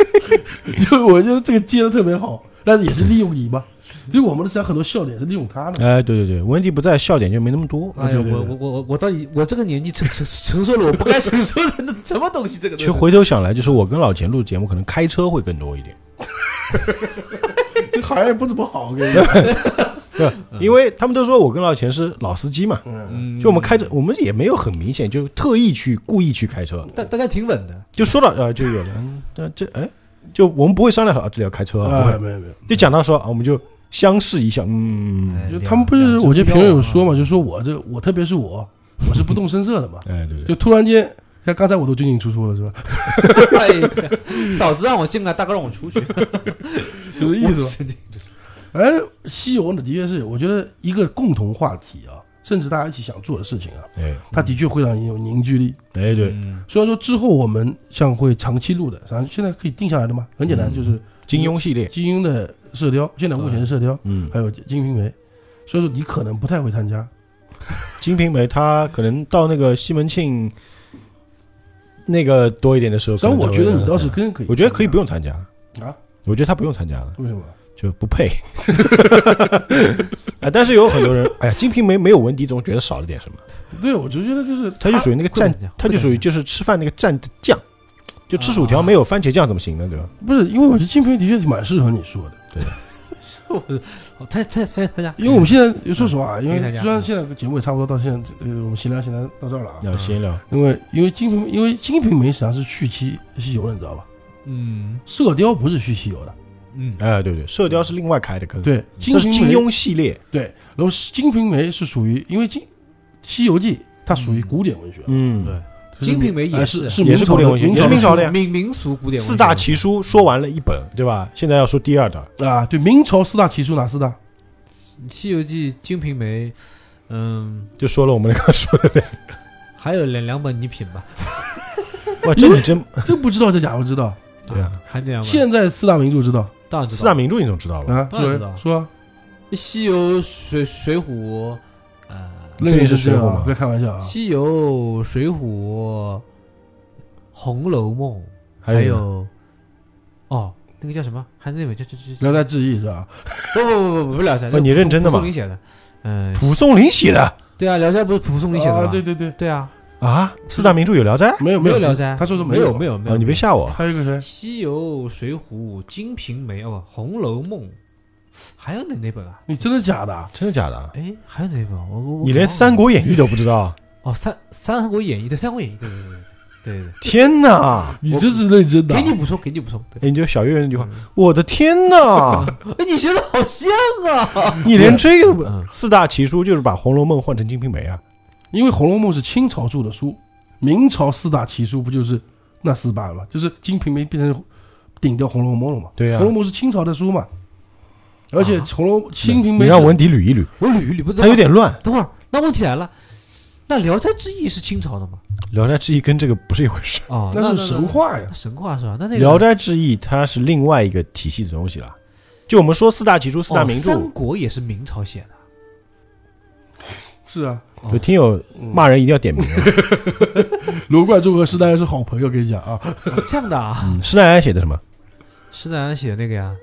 <laughs> 就我觉得这个接的特别好，但是也是利用你嘛，就是我们的实际上很多笑点是利用他 <laughs> 的。哎，对对对，文迪不在，笑点就没那么多。哎呀，对对我对我我我我到底我这个年纪承承承受了我不该承受的那什么东西？这个其东实西回头想来，就是我跟老钱录节目，可能开车会更多一 <laughs> 点，这行业不怎么好，我跟你讲。因为他们都说我跟老钱是老司机嘛，嗯，嗯就我们开车，我们也没有很明显，就特意去故意去开车，大大家挺稳的， <laughs> 就说到呃，就有人，但这哎，就我们不会商量好啊，这里要开车啊，啊不没会有没有没有，就讲到说啊，我们就相视一笑，嗯，，就他们不是，我觉得评论有说嘛，就说我这我特别是我，我是不动声色的嘛哎，对对，就突然间，像刚才我都进进出出了是吧？哎呀嫂子让我进来，大哥让我 <laughs> 出去，有意思吧思。哎，西游呢，的确是，我觉得一个共同话题啊，甚至大家一起想做的事情啊，哎它的确会让你有凝聚力。哎对，嗯虽然说之后我们像会长期录的，反正现在可以定下来的嘛，很简单，嗯就是金庸系列，金庸的射雕，现在目前是射雕，嗯，还有金瓶梅，所以说你可能不太会参加， 《金瓶梅》它可能到那个西门庆那个多一点的时候，但可能我就觉得会呃你倒是，跟可以，我觉得可以不用参加啊，我觉得他不用参加了，为什么？就不 <laughs> 配。啊，但是有很多人，哎呀，《金瓶梅》没有文迪，总觉得少了点什么。对，我就觉得就是它就属于那个蘸会的，它就属于就是吃饭那个蘸的酱，就吃薯条啊没有番茄酱怎么行呢？对吧？不是，因为我觉得金瓶的确是蛮适合你说的， <laughs> 我哦参参参参加，因为嗯我们现在说实话啊，因为可以参加虽然现在节目也差不多到现在，呃，我们闲聊闲聊到这儿了啊。要闲聊，因为因为金瓶因为金瓶梅实际上是续期西游的，你知道吧？嗯射雕不是续西游的，嗯，哎，对对，射雕是另外开的坑，，对，这是瓶金梅庸系列，对，然后金瓶梅是属于因为金《西游记》它属于古典文学，嗯，就是金瓶梅也哎是啊是是也是明朝古典的文学明也朝是的明朝的呀民民俗古典文学四大奇书说完了一本，对吧？现在要说第二的，啊，对，明朝四大奇书哪四大？ 《西游记》《金瓶梅》，嗯，就说了我们刚刚 <laughs> 说的，还有两两本你品吧，哇，这你真真不知道，这家伙知道。对啊，还那两本，现在四大名著知道当然知四大道，名著你总知道吧？啊？嗯当然知说道说啊， 《西游》《水水浒》，呃，那个这是真水浒啊吗，别开玩笑啊。《西游》《水浒》《红楼梦》，还有哦，那个叫什么？还有那本叫叫聊斋志异是吧？叫不不不不不不聊斋，不你认真的蒲吗松龄写的，嗯，蒲松龄写的，对啊，聊斋不是蒲松龄写的啊吗？对对对，对啊，啊，四大名著有《聊斋》没有没有有聊斋他说的没有有没有没啊？有，哎你别吓我，还有一个谁？西游》《水浒》《金瓶梅》哦，《红楼梦》，还有哪哪本啊？你真的假的？真的假的？哎，还有哪本？我我我你连《搞忘了三国演义》都不知 <laughs> 道？哦，《三三国演义》对，《三国演义》对对对对对对天哪！你这是认真的对，啊？给你补充，给你补充。对，哎，你就小月那句话，我的天哪！哎，你学的好像 <laughs> 啊！你连这个都不嗯四大奇书就是把《红楼梦》换成《金瓶梅》啊？因为《红楼梦》是清朝著的书，明朝四大奇书不就是那四大吗？就是《金瓶梅》变成顶掉《红楼梦》了嘛？对呀啊红楼梦》是清朝的书嘛？而且啊《红楼《金瓶你梅》让是文迪捋一捋，我捋捋不他有点乱。等会儿，那问题来了，那《聊斋志异》是清朝的吗？ 《聊斋志异》跟这个不是一回 <laughs> 事，哦，那那是神，话呀那。神话是吧？那那《个聊斋志异》它是另外一个体系的东西了。就我们说四大奇书、四大名著，哦三国也是明朝写的。是啊，哦有听友骂人一定要点名啊。罗贯中和施耐庵是好朋友，跟你讲啊，这样的啊， <laughs> 嗯施耐庵写的什么？施耐庵写的那个呀，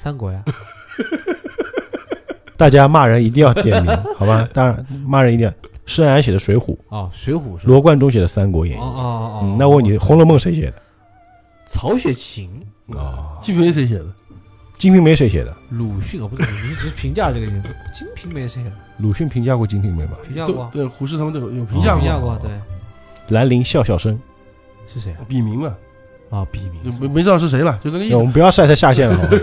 《三国》呀，大家骂人一定要点 <laughs> 名，好吧？当然，骂人一定要。施耐庵写的《水浒》，哦，《水浒》是吧？罗贯中写的《三国演义哦》哦哦嗯哦，那我问你，《红楼梦》谁写的？曹雪芹、哦， 《金瓶梅》谁写《的？金瓶梅》谁写的？鲁迅哦，不是，你只是评价这个人，《金瓶梅》谁写的？鲁迅评价过《金瓶梅》吧？评价都过啊，哦对胡适他们都有有评价评价过，过，对，兰陵笑笑生。是谁啊？笔名嘛，啊，笔就名没没知道是谁了，就这个意那我思。们不要晒他下线了，好 <laughs> 吧？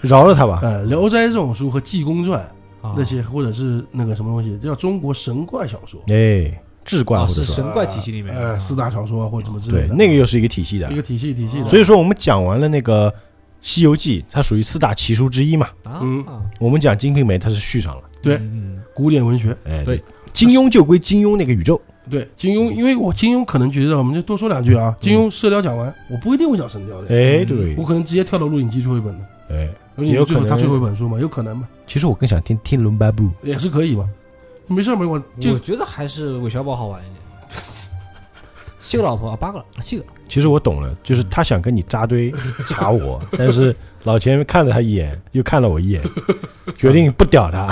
饶了他吧。呃，《聊斋》这种书和《济公传》啊那些，或者是那个什么东西，叫中国神怪小说，哎，志怪啊，或者是说，神怪体系里面呃，哎的四大小说啊或者什么之类对，的，那个又是一个体系的一。个体系体系的。所以说，我们讲完了那个《西游记》，它属于四大奇书之一嘛。啊嗯啊，我们讲《金瓶梅》，它是续上了。对嗯，古典文学，哎，对，金庸就归金庸那个宇宙。对金庸，因为我金庸可能觉得，我们就多说两句啊。金庸《射雕》讲完，我不一定会讲《神雕》的，哎，对我，可能直接跳到《鹿鼎记》最后一本的，哎， 《鹿鼎记有》最后可他能最后一本书嘛，有可能嘛，其实我更想听《天龙八部》。也是可以嘛。没事儿没我嗯就我觉得还是韦小宝好玩一点。七个老婆啊，八个了，七 <laughs> 个其实我懂了，就是他想跟你扎堆查我，但是老钱看了他一眼，又看了我一眼，决定不屌他。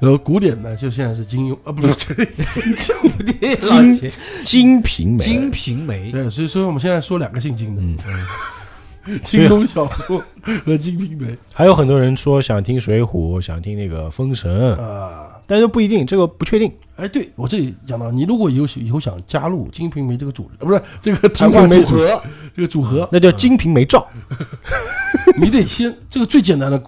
然后呃古典呢，就现在是金庸啊，不 <laughs> 是金《金瓶梅》金瓶梅，对，所以所以我们现在说两个姓金的，嗯， <laughs> 金庸小说和《金瓶梅还有很多人说想听《水浒》，想听那个《封神》》啊。但是不一定，这个不确定。哎，对我这里讲到，你如果有以后想加入《金瓶梅》这个组织，啊不是这个谈话金瓶梅组合这个组合，那叫《金瓶梅照》。你得先这个最简单的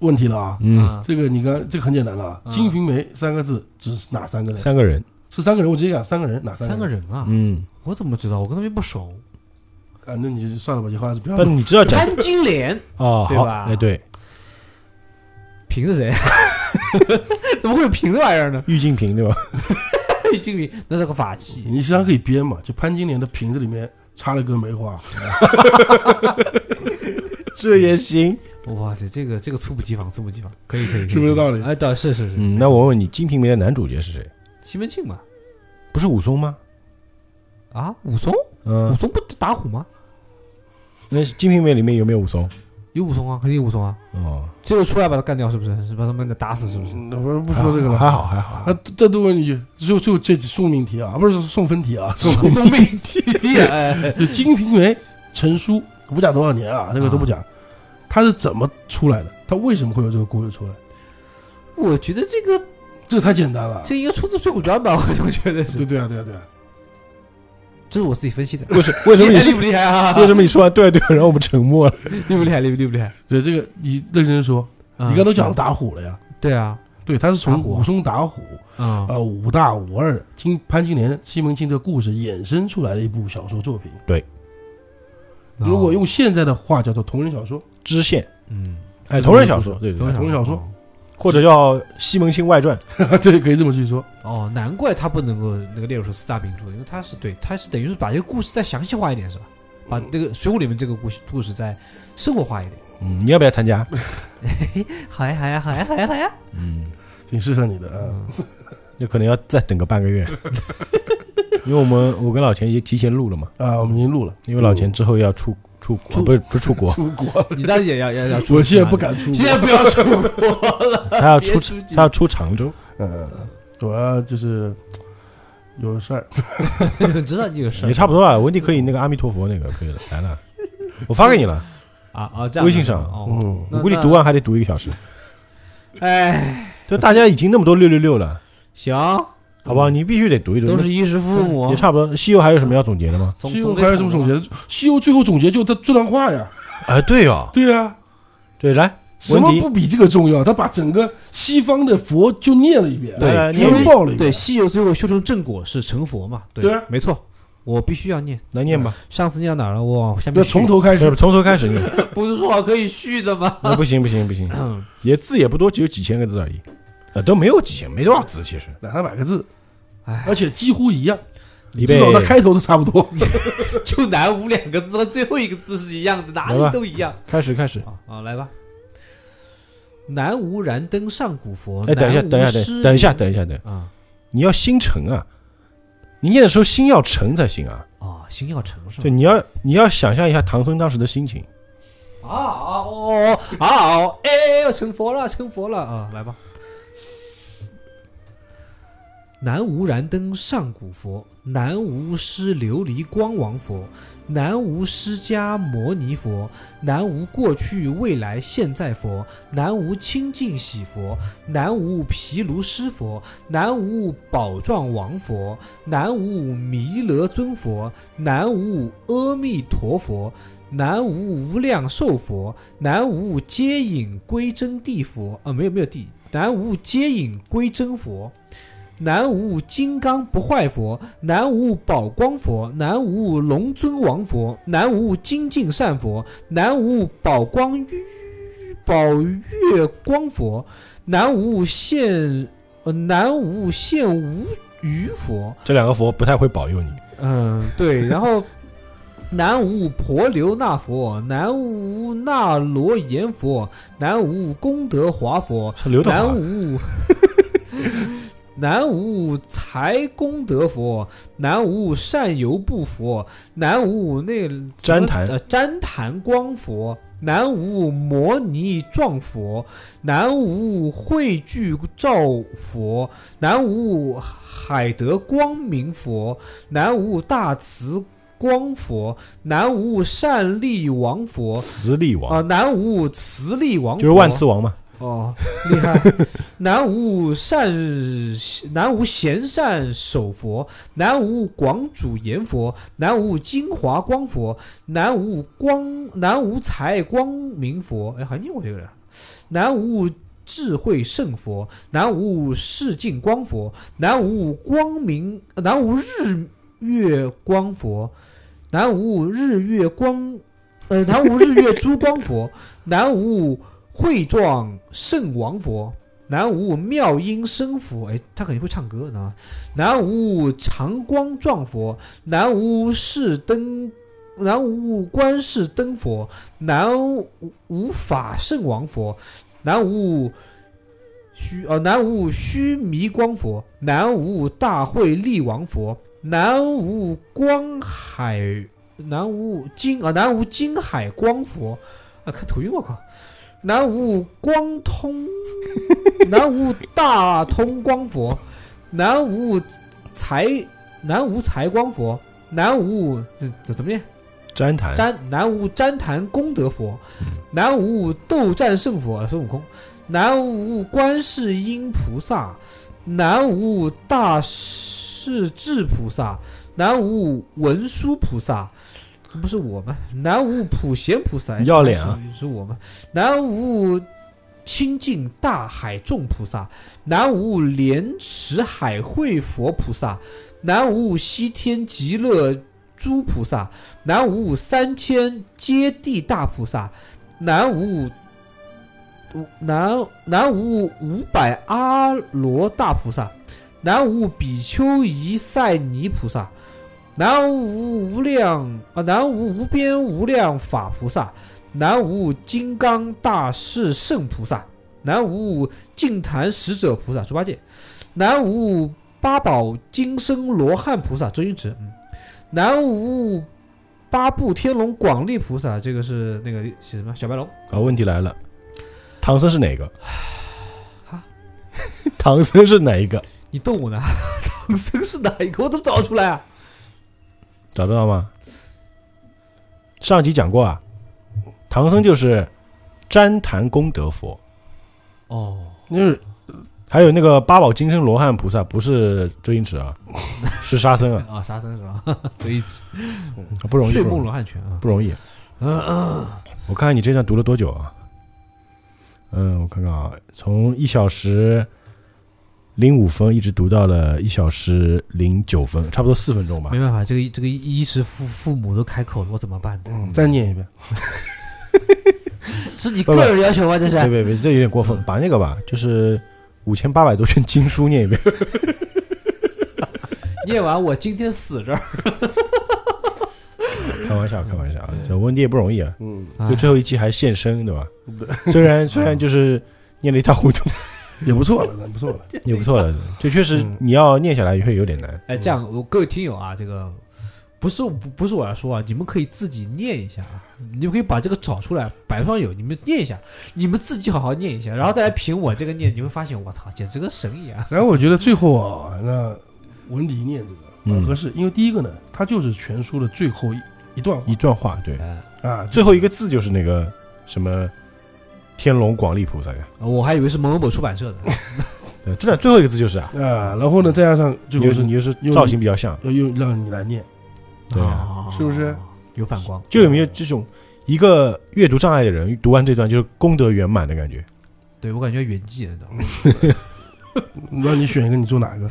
问题了啊。嗯，啊这个你刚这个很简单了啊，嗯金瓶梅三个字指哪三个人？三个人。是三个人，我直接讲三个人，哪三个个人人啊，嗯，我怎么知道？我跟他们不熟。啊？那你就算了吧，这话是不要那。你知道讲潘金莲哦，对好，吧哎，对，凭谁？ <laughs> 怎么会有凭这玩意儿呢？郁金瓶 <laughs> 对吧？嗯这个那是个法器，你实际上可以编嘛，就潘金莲的瓶子里面插了根梅花，这也行。哇塞，这个这个猝不及防，猝不及防，可以可以，是不是道理？哎，对，是是是，嗯，那我问你，《金瓶梅》的男主角是谁？西门庆嘛，不是武松吗？啊，武松，武嗯，松不打虎吗？那《金瓶梅》里面有没有武松？有武松啊，肯定有武松啊，哦，最后出来把他干掉，是不是？是把他们给打死，是不是？嗯我不说这个了。还好还好。啊，再多问一句，就就这送命题啊，不是送分题啊， <laughs> 送啊分送命题， <laughs> 哎，就《金瓶梅》成书，我不讲多少年啊，这个都不讲，它是怎么出来的？它为什么会有这个故事出来？我觉得这个这个太简单了，这应该出自《水浒传》吧， <laughs> 我总觉得是对，对啊，对啊，对啊，这是我自己分析的。为什为什么你厉是不厉害啊？为什么你说完对对，然后我们沉默了？厉不厉害？厉不厉不厉害？啊对这个你认真说，啊你刚都讲打虎了呀，对啊，对，它是打从虎武松打虎啊，啊，武大、武二、金潘金莲、西门庆这个故事衍生出来的一部小说作品。哦如果用现在的话叫做同人小说，知县，嗯，哎，同人小说，对对同对，人小说或者叫《西门庆外传》。对，可以这么去说。 <laughs> 哦，难怪他不能够那个列入是四大名著，因为他是对，他是等于是把这个故事再详细化一点，是吧？把这个《水浒》里面这个故事故事再生活化一点。嗯，你要不要参 <laughs> 加？好呀，好呀，好呀，好呀，好呀！嗯，挺适合你的啊，嗯那可能要再等个半个 <laughs> 月，因为我们我跟老钱也提前录了嘛，啊，我们已经录了，嗯因为老 <laughs> 钱之后要出出国，出不是不是出 <laughs> 国，出国，你当然也要要要出去啊， <laughs> <laughs> 我现在不敢出国，啊现在不要出国了，他要别出出去他要出常州。嗯，我要就是有事儿，知 <laughs> 道你有事儿也差不多了。文迪可以那个阿弥陀佛那个可以了，来 <laughs> 了，我发给你了。啊啊，这样微信上哦，嗯，我估计读啊完还得读一个小时。哎，就大家已经那么多六六六了，行，好不好？你必须得嗯读一读。都是衣食父母也，差不多。西游还有什么要总结的吗？总西游总得还有什么总差不多？结？西游最后总结就他这段话呀，啊，对哦，对呀、对，哎来，什么不比这个重要？他把整个西方的佛就念了一遍，对哎因念为爆了一对，遍，西游最后修成正果是成佛嘛？对啊没错，我必须要念。来念 <laughs> 吧，上次念到哪儿了？我往下面要续从头开不始是，哎从头开始念。 <laughs> 不是说好可以续的吗？哎那不行不行不行，也字也不多，只有几千个字而已，呃，都没有几千，没多少字其实。两三百个字哎，而且几乎一样，李至贝，少它开头都差不多。就南无两个字和最后一个字是一样的，哪来吧里都一样。开始开始，啊啊，来吧。南无燃灯上古佛，哎，等一下等一下等等一下等一下等一下，啊你要心诚啊，你念的时候心要诚才行啊，啊，心要诚是就吧？你要你要想象一下唐僧当时的心情，啊啊哦哦啊哦，哎，要成佛了，成佛了啊，来吧。南无燃灯上古佛，南无师琉璃光王佛，南无释迦摩尼佛，南无过去未来现在佛，南无清净喜佛，南无毗卢师佛，南无宝幢王佛，南无弥勒尊佛，南无阿弥陀佛，南无无量寿佛，南无接引归真地佛，啊，没有没有地，南无接引归真佛，南无金刚不坏佛，南无宝光佛，南无龙尊王佛，南无精进善佛，南无宝光月宝月光佛，南无现呃南无现无余佛，这两个佛不太会保佑你。嗯，对，然后南无婆留那佛，南无那罗延佛，南无功德华佛，是刘德南华，无南无财功德佛，南无善游步佛，南无那个旃檀呃旃檀光佛，南无摩尼幢佛，南无慧聚照佛，南无海德光明佛，南无大慈光佛，南无善利王佛。慈利啊、王南无慈利王佛，就是万磁王嘛，哦，厉害！ <laughs> 南无善，南无贤善首佛，南无广主阎佛，南无金华光佛，南无光，南无财光明佛。哎，好像念过这个人。南无智慧圣佛，南无世净光佛，南无光明，南无日月光佛，南无日月光，呃，南无日月珠光佛，南无会壮圣王佛，南无妙音声佛，哎，他肯定会唱歌呢。南无长光壮佛，南无世灯，南无观世灯佛，南无法圣王佛，南无须呃南无须弥光佛，南无大会力王佛，南无光海，南无金啊、南无金海光佛，啊看头晕我靠，南无光通， <laughs> 南无大通光佛，南无财南无财光佛，南无嗯怎怎么念？旃檀旃南无旃檀功德佛，南无斗战胜佛呃孙悟空，南无观世音菩萨，南无大势至菩萨，南无文殊菩萨，这不是我吗？南无普贤菩萨，哎要脸啊！是是我吗？南无清净大海众菩萨，南无莲池海会佛菩萨，南无西天极乐诸菩萨，南无三千揭谛大菩萨，南无南南无五百阿罗大菩萨，南无比丘夷塞尼菩萨，南无无量啊，南无无边无量法菩萨，南无金刚大士圣菩萨，南无净坛使者菩萨猪八戒，南无八宝金身罗汉菩萨周星驰，嗯，南无八部天龙广力菩萨，这个是那个写什么小白龙。啊，问题来 <laughs> <sighs> 了，唐僧是哪个？唐僧是哪一个？你动我呢？ <laughs> 唐僧是哪一个？我怎么找出来啊？找得到吗？上集讲过啊，唐僧就是旃檀功德佛，哦， <laughs> 就是还有那个八宝金身罗汉菩萨，不是周星驰啊，是沙僧 <laughs> 啊，啊，沙僧是吧？所以不容易，睡不梦容易罗汉拳啊，不容易。嗯嗯，我看看你这段读了多久啊？嗯，我看看啊，从一小时零五分一直读到了一小时零九分，差不多四分钟吧没。办法，这个这个衣食父父母都开口了，我怎么办呢？嗯再念一遍，是你个人要求吗？这别是别别，这有点过分，把那个吧，就是五千八百多卷经书念一遍。 <laughs> 念完我今天死这儿，开玩笑，开玩笑啊，这温迪也不容易啊，嗯，就最后一期还现身，对吧？ <laughs> 虽然虽然就是念了一塌糊涂，也不错了，不错了，也不错的，就确实嗯你要念下来会有点难。哎，这样我各位听友啊，这个不是不不是我要说啊，你们可以自己念一下啊，你们可以把这个找出来，摆上有，你们念一下，你们自己好好念一下，然后再来评我这个念，你会发现我操，简直跟神一样。然后我觉得最后啊，那文迪念这个嗯蛮合适，因为第一个呢，它就是全书的最后一一段话一段话，对，哎，啊，最后一个字就是那个什么天龙广利菩萨呀，我还以为是某某某出版社的，对，真的最后一个字就是啊，啊，然后呢，再加上你最就后是是你就是用造型比较像，要用让你来念，对啊哦是不是？有反光，就有没有这种一个阅读障碍的人读完这段就是功德圆满的感觉？对我感觉原迹那种。让你选一个，你做哪个？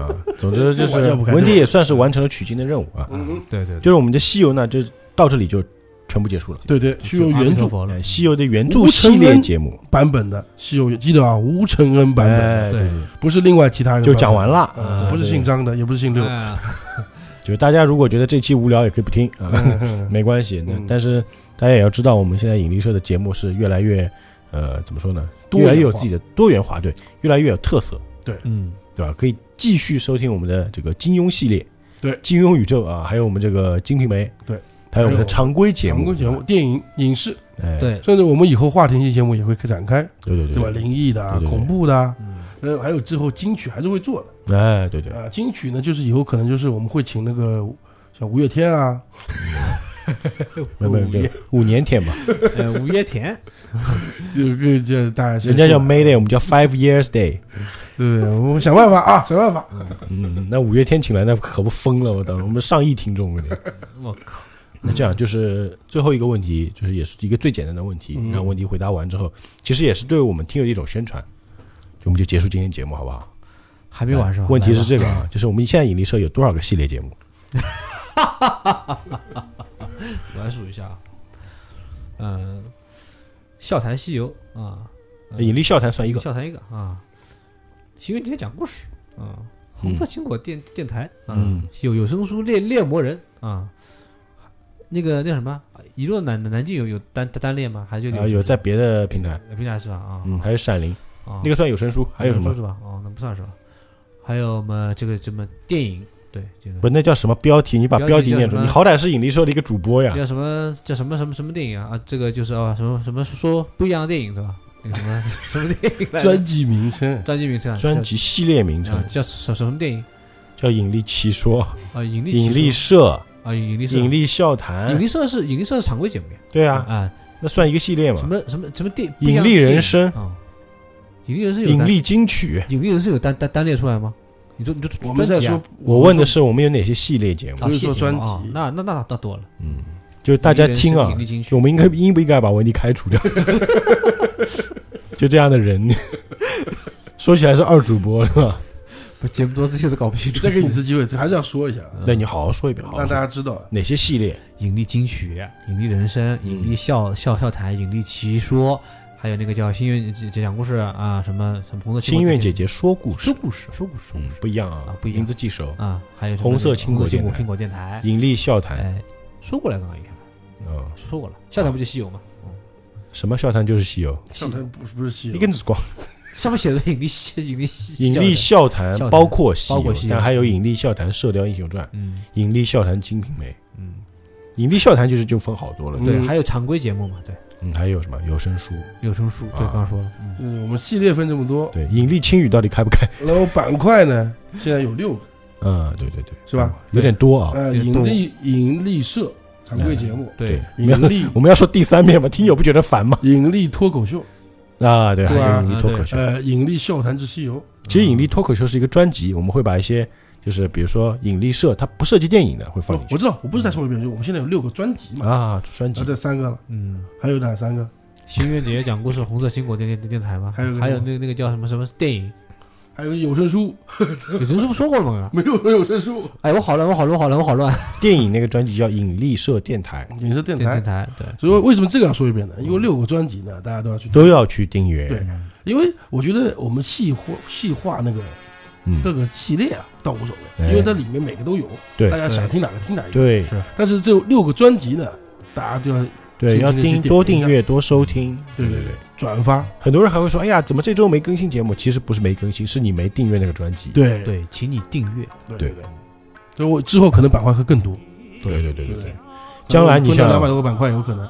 啊，总之就我 <laughs> 是就不敢文迪也算是完成了取经的任务啊，嗯对对，就是我们的西游呢，就到这里就全部结束了。 <laughs> 对对，是用原著佛了哎，西游的原著系列节目，版本的《西游记》，记得啊，吴承恩版本的，哎对不是另外其他人就版本的。讲完了，嗯啊不是姓，张的，也不是姓对六。呃哎对就是大家如果觉得这期无聊，也可以不听啊，嗯没关系。那嗯但是大家也要知道，我们现在引力社的节目是越来越，呃，怎么说呢？多越元来化越有自己的多元化，对，越来越有特色，嗯，对吧？可以继续收听我们的这个金庸系列，对金庸宇宙啊，还有我们这个《金瓶梅》，对，还有我们的还有常规节目，啊常规 <laughs> 节目、，电影、影视，哎，对对，甚至我们以后话题性节目也会展开，对对对吧？灵异的啊、对对对恐怖的啊，嗯呃，还有之后金曲还是会做的哎，对对，啊。金曲呢，就是以后可能就是我们会请那个像五月天啊，没有没有五没有月，五年天 <laughs> 吧，呃，嗯五月天，这个这大家先人家叫 May Day，我们叫 Five Years Day。对，我们想办法啊，想办法。嗯，那五月天请来那可不疯了，我当时我们上亿听众，我跟你。我靠，那这样就是最后一个问题，就是也是一个最简单的问题，嗯让问题回答完之后，其实也是对我们听友的一种宣传。就我们就结束今天节目，好不好？还没完是吧？问题是啊这来吧个啊，就是我们现在引力社有多少个系列节目？我来数一下啊，嗯，笑谈西游啊，嗯引力笑谈算一个，笑谈一个啊，行为天讲故事啊，红色青果电电台啊嗯，有有声书猎猎魔人啊，那个那什么，一路南南京有有单单恋吗？还是啊，有在别的平台，平台是吧？啊，嗯，还有闪灵，啊那个算有声书，还有什么书？是吧？哦，那不算是吧？还有我们这个什么电影，对这个不，那叫什么标题？你把标标题题叫念出，什么你好歹是引力社的一个主播呀叫。什么叫什么什么什么电影啊？啊，这个就是啊，什么什么说不一样的电影是吧？那个什 <laughs> 么什么电影来着？专辑名称，专辑名称啊，专辑系列名叫啊称叫什什么电影叫《引力奇说》啊？引力《引奇力数社》啊，引力《社引力笑谈》引力社是引力社是常规节目呀对啊，啊，那算一个系列什嘛？么什么什么电引力人生生、啊，引力人生有引单力金曲。引力人生有单单单列出来吗？你说你说我们专在辑啊说，我问的是我们有哪些系列节目？不是啊说谢谢专啊辑那那那那多了，嗯，就是大家听引力人生啊引力金，曲我们应该应不应该把文迪开除掉？ <laughs> 就这样的人， <laughs> 说起来是二主播是吧？不节目多次就是搞不清楚。再给你一次机会，这还是要说一下，啊嗯那你好好说一遍，好好让大说家知道。哪些系列？引力金曲、引力人生、引力笑笑笑谈、引力奇说，还有那个叫心愿姐姐讲故事啊，什么什么红色心愿姐姐说故说事，故事说故事嗯，不一样啊啊，不一样名字记熟。啊，还有什么红色青青果电苹果台苹果电台，引力笑谈，哎，说过了刚刚一天嗯，说过了，下台不就西游吗？什么笑谈就是西游，上台不是不是西游一根紫光。上面写的引力西引力西引力笑笑谈笑谈包括西包游括西，游但还有引力笑谈《射雕英雄传》谈，嗯引力笑谈《金瓶梅》。嗯，引力笑谈其实就分好多了，嗯对对，还有常规节目嘛，对，嗯，还有什么有声书？有声书，对，啊刚刚说了，嗯嗯，我们系列分这么多，对，引力轻语到底开不 <laughs> 开？然后板块呢，现在有六个，嗯，对对对，是吧？有点多啊。呃，对盈多利盈利社常规节 <laughs> 目，对，我们盈要利我们要说第三遍吗？听友不觉得烦吗？盈利脱口秀，啊，对，还对啊嗯有引力脱口秀。呃，盈利笑谈之西游，其实引力脱口秀是一个专辑，我们会把一些就是比如说引力社，它不涉及电影的会放我进哦我去知道，我不是在说一遍，就我们现在有六个专辑嘛，啊，专辑啊，这三个了，嗯，还有哪三个？新月姐姐讲故事，红色星火电电电台吗？还有个还有什么那个那个叫什么什么电 <laughs> 影？还有有声书，有声书说过了吗？没有 <laughs> 有声书，哎，我好乱，我好乱，我好乱，我好乱。电影那个专辑叫引力社嗯电台，影视电电台电。台，对，所以为什么这个要说一遍呢？因为六个专辑呢，大家都要去听。都要去订阅。对，因为我觉得我们细化细化那个嗯，各个系列啊，倒无所谓，哎因为它里面每个都有，对大家想听哪个听哪个。对但是这六个专辑呢，大家都要对，请要进去订点多评一订下阅多收听。对对对对，转发。很多人还会说，哎呀，怎么这周没更新节目？其实不是没更新，是你没订阅那个专辑。对对，请你订阅。对对对，所以我之后可能板块会更多，对对对对对不对对，？将来你分到两百像多个板块有可能，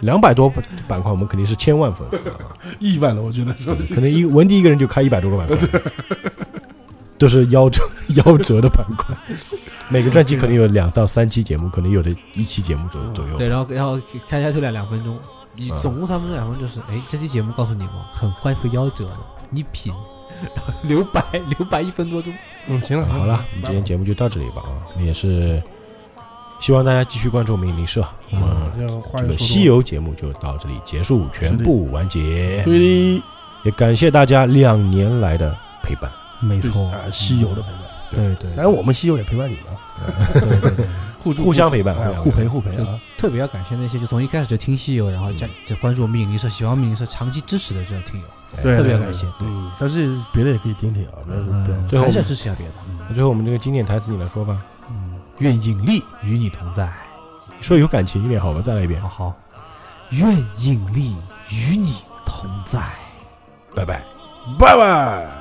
两百多板块，我们肯定是千万粉丝 <laughs> 啊，亿万了，我觉得是。可能一文迪一个人就开一百多个板块，都是夭折 <laughs> 夭折的板块。每个专辑可能有两到三期节目，可能有的一期节目左嗯左右。对，然后然后开开出来两分钟，你嗯总共三分钟两分钟就是，哎，这期节目告诉你们，很快会夭折的，你品。 <laughs> 然后留白留白一分多钟，嗯，行了，好了，我们今天节目就到这里吧啊，我们也是希望大家继续关注我们引力社，我嗯们目要话这又个说西游节目就到这里结束，全部完结多了，。对的，也感谢大家两年来的陪伴。没啊，西游的陪嗯伴，对对，当然我们西游也陪伴你们啊，对对对，互助互相陪伴哎互互相陪陪互陪啊，特别要感谢那些就从一开始就听西游，然后加就关注我们引力社、喜欢我们引力社、长期支持的这种听友，对特别感谢。对，嗯，但是别的也可以听听啊，不要说不要嗯最后还我是们要支持一下别的。那最后我们这个经典台词你来说吧，嗯，愿引力与你同在。你说有感情一点好吧？再来一遍好，好，愿引力与你同在。拜拜。拜拜。